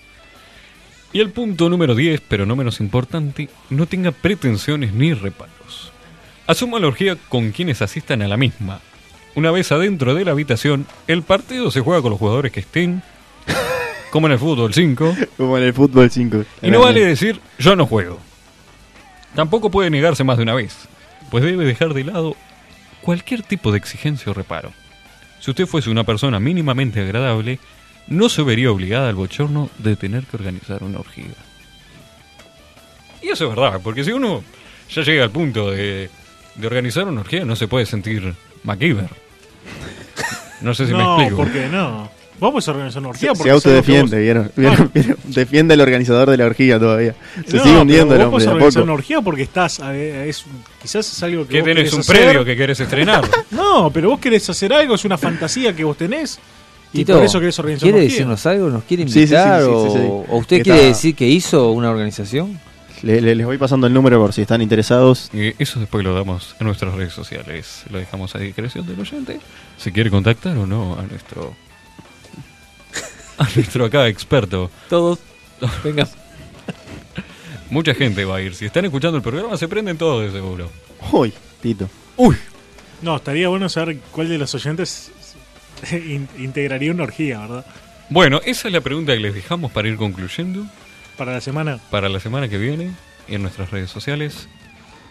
S1: Y el punto número 10, pero no menos importante, no tenga pretensiones ni reparos. Asuma la orgía con quienes asistan a la misma. Una vez adentro de la habitación, el partido se juega con los jugadores que estén, como en el fútbol 5,
S2: Como en el fútbol 5.
S1: y no vale decir yo no juego. Tampoco puede negarse más de una vez, pues debe dejar de lado cualquier tipo de exigencia o reparo. Si usted fuese una persona mínimamente agradable, no se vería obligada al bochorno de tener que organizar una orgía. Y eso es verdad, porque si uno ya llega al punto de, de organizar una orgía, no se puede sentir MacGyver. No sé si me
S4: no,
S1: explico.
S4: porque no. Vamos a organizar una orgía.
S2: Se,
S4: porque
S2: autodefiende,
S4: sabemos
S2: ¿vieron? ¿Vieron? ¿Vieron? Defiende al organizador de la orgía todavía.
S4: que vos-
S2: Se
S4: No,
S2: sigue
S4: pero
S2: hundiendo el
S4: vos podés
S2: hombre. de a
S4: organizar
S2: poco.
S4: una orgía porque estás. a ver, es- quizás es algo que.
S1: ¿Qué
S4: vos
S1: tenés?
S4: querés
S1: ¿Un
S4: hacer.
S1: predio que querés estrenar?
S4: No, pero vos querés hacer algo, es una fantasía que vos tenés. Y
S3: Tito,
S4: por eso querés organizar
S3: ¿Quiere
S4: una orgía.
S3: decirnos algo? ¿Nos quiere
S2: Sí, sí, sí,
S3: invitar?
S2: sí, sí, sí.
S3: o, o usted
S2: Que
S3: quiere
S2: está-
S3: decir que hizo una organización?
S2: Le- le- les voy pasando el número por si están interesados.
S1: Eh, eso después lo damos en nuestras redes sociales. Lo dejamos a discreción del oyente. Si quiere contactar o no a nuestro. A nuestro acá experto.
S3: Todos. Venga.
S1: Mucha gente va a ir. Si están escuchando el programa, se prenden todos de seguro.
S2: Uy, Tito.
S4: No, estaría bueno saber cuál de los oyentes in- integraría una orgía, ¿verdad?
S1: Bueno, esa es la pregunta que les dejamos para ir concluyendo
S4: Para la semana.
S1: para la semana que viene en nuestras redes sociales.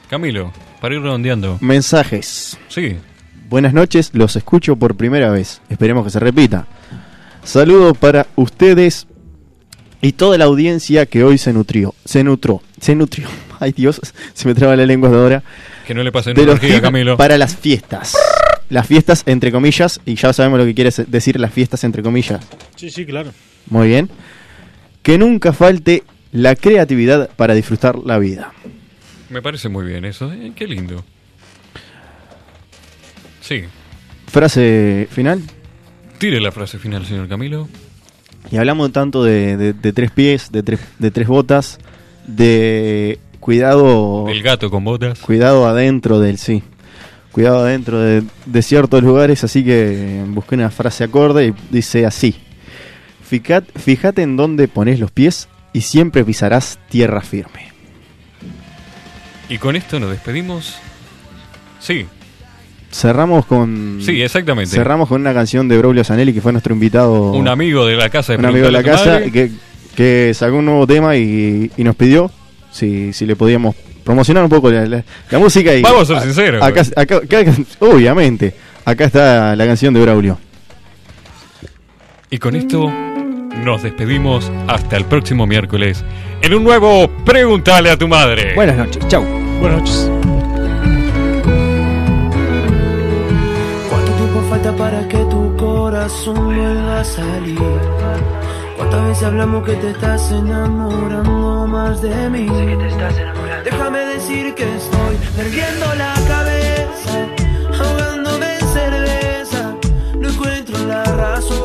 S1: Camilo, para ir redondeando.
S2: Mensajes.
S1: Sí,
S2: Buenas noches, los escucho por primera vez. Esperemos que se repita. Saludos para ustedes y toda la audiencia que hoy se nutrió. Se nutró. Se nutrió. Ay Dios, se me traba la lengua hasta ahora.
S1: que no le pase
S2: de
S1: nada
S2: los
S1: orgía,
S2: hits
S1: Camilo.
S2: para las fiestas. Las fiestas entre comillas, y ya sabemos lo que quiere decir las fiestas entre comillas.
S4: Sí, sí, claro.
S2: Muy bien. Que nunca falte la creatividad para disfrutar la vida.
S1: Me parece muy bien eso. eh, Qué lindo. Sí,
S2: Frase final.
S1: tire la frase final, señor Camilo.
S2: Y hablamos tanto de, de- de tres pies, de tres, de tres botas, de cuidado,
S1: El gato con botas.
S2: cuidado adentro del sí. Cuidado adentro de, de ciertos lugares, así que busqué una frase acorde y dice así. Ficat- fíjate en dónde pones los pies y siempre pisarás tierra firme.
S1: Y con esto nos despedimos. Sí,
S2: Cerramos con...
S1: sí, exactamente.
S2: Mm. Cerramos con una canción de Braulio Zanelli, que fue nuestro invitado...
S1: Un amigo de la casa de
S2: un amigo de la
S1: Preguntale a
S2: casa
S1: tu madre.
S2: que, que sacó un nuevo tema y, y nos pidió si, si le podíamos promocionar un poco la, la- la música. Y,
S1: Vamos a ser
S2: a-
S1: sinceros. pues.
S2: Acá, acá- acá- obviamente, acá está la canción de Braulio.
S1: Y con esto nos despedimos hasta el próximo miércoles en un nuevo Pregúntale a tu madre.
S3: Buenas noches. Chau.
S4: Buenas noches.
S7: ¿Cuánto tiempo falta para que tu corazón vuelva a salir? ¿Cuántas veces hablamos que te estás enamorando más de mí? Déjame decir que estoy perdiendo la cabeza, ahogándome en cerveza. No encuentro la razón.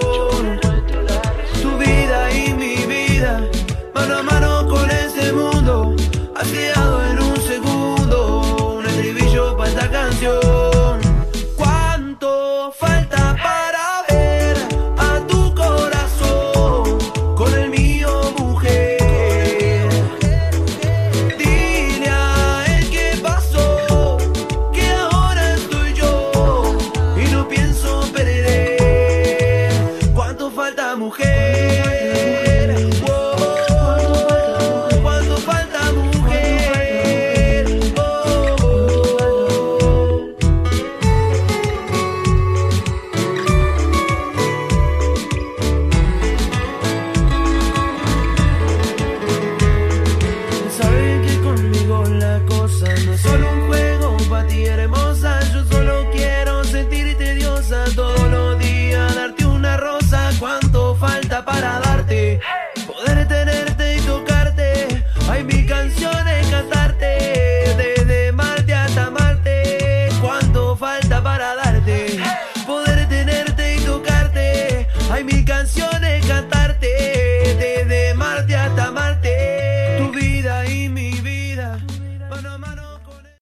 S7: Tu vida y mi vida, mano a mano con este mundo, has creado en un segundo un estribillo para esta canción. ¿Cuánto falta para ver a tu corazón con el mío, mujer? Dile a él que pasó, que ahora estoy yo y no pienso perder. ¿Cuánto falta, mujer? Oh, ¿Cuánto falta, mujer? Oh. Saben que conmigo la cosa no es solo un juego para ti hermosa Yo solo quiero sentirte diosa Todos los días darte una rosa Cuánto falta para darte Poder tenerte y tocarte Hay mil canciones cantarte Desde Marte hasta Marte Cuánto falta para darte Poder tenerte y tocarte Hay mil canciones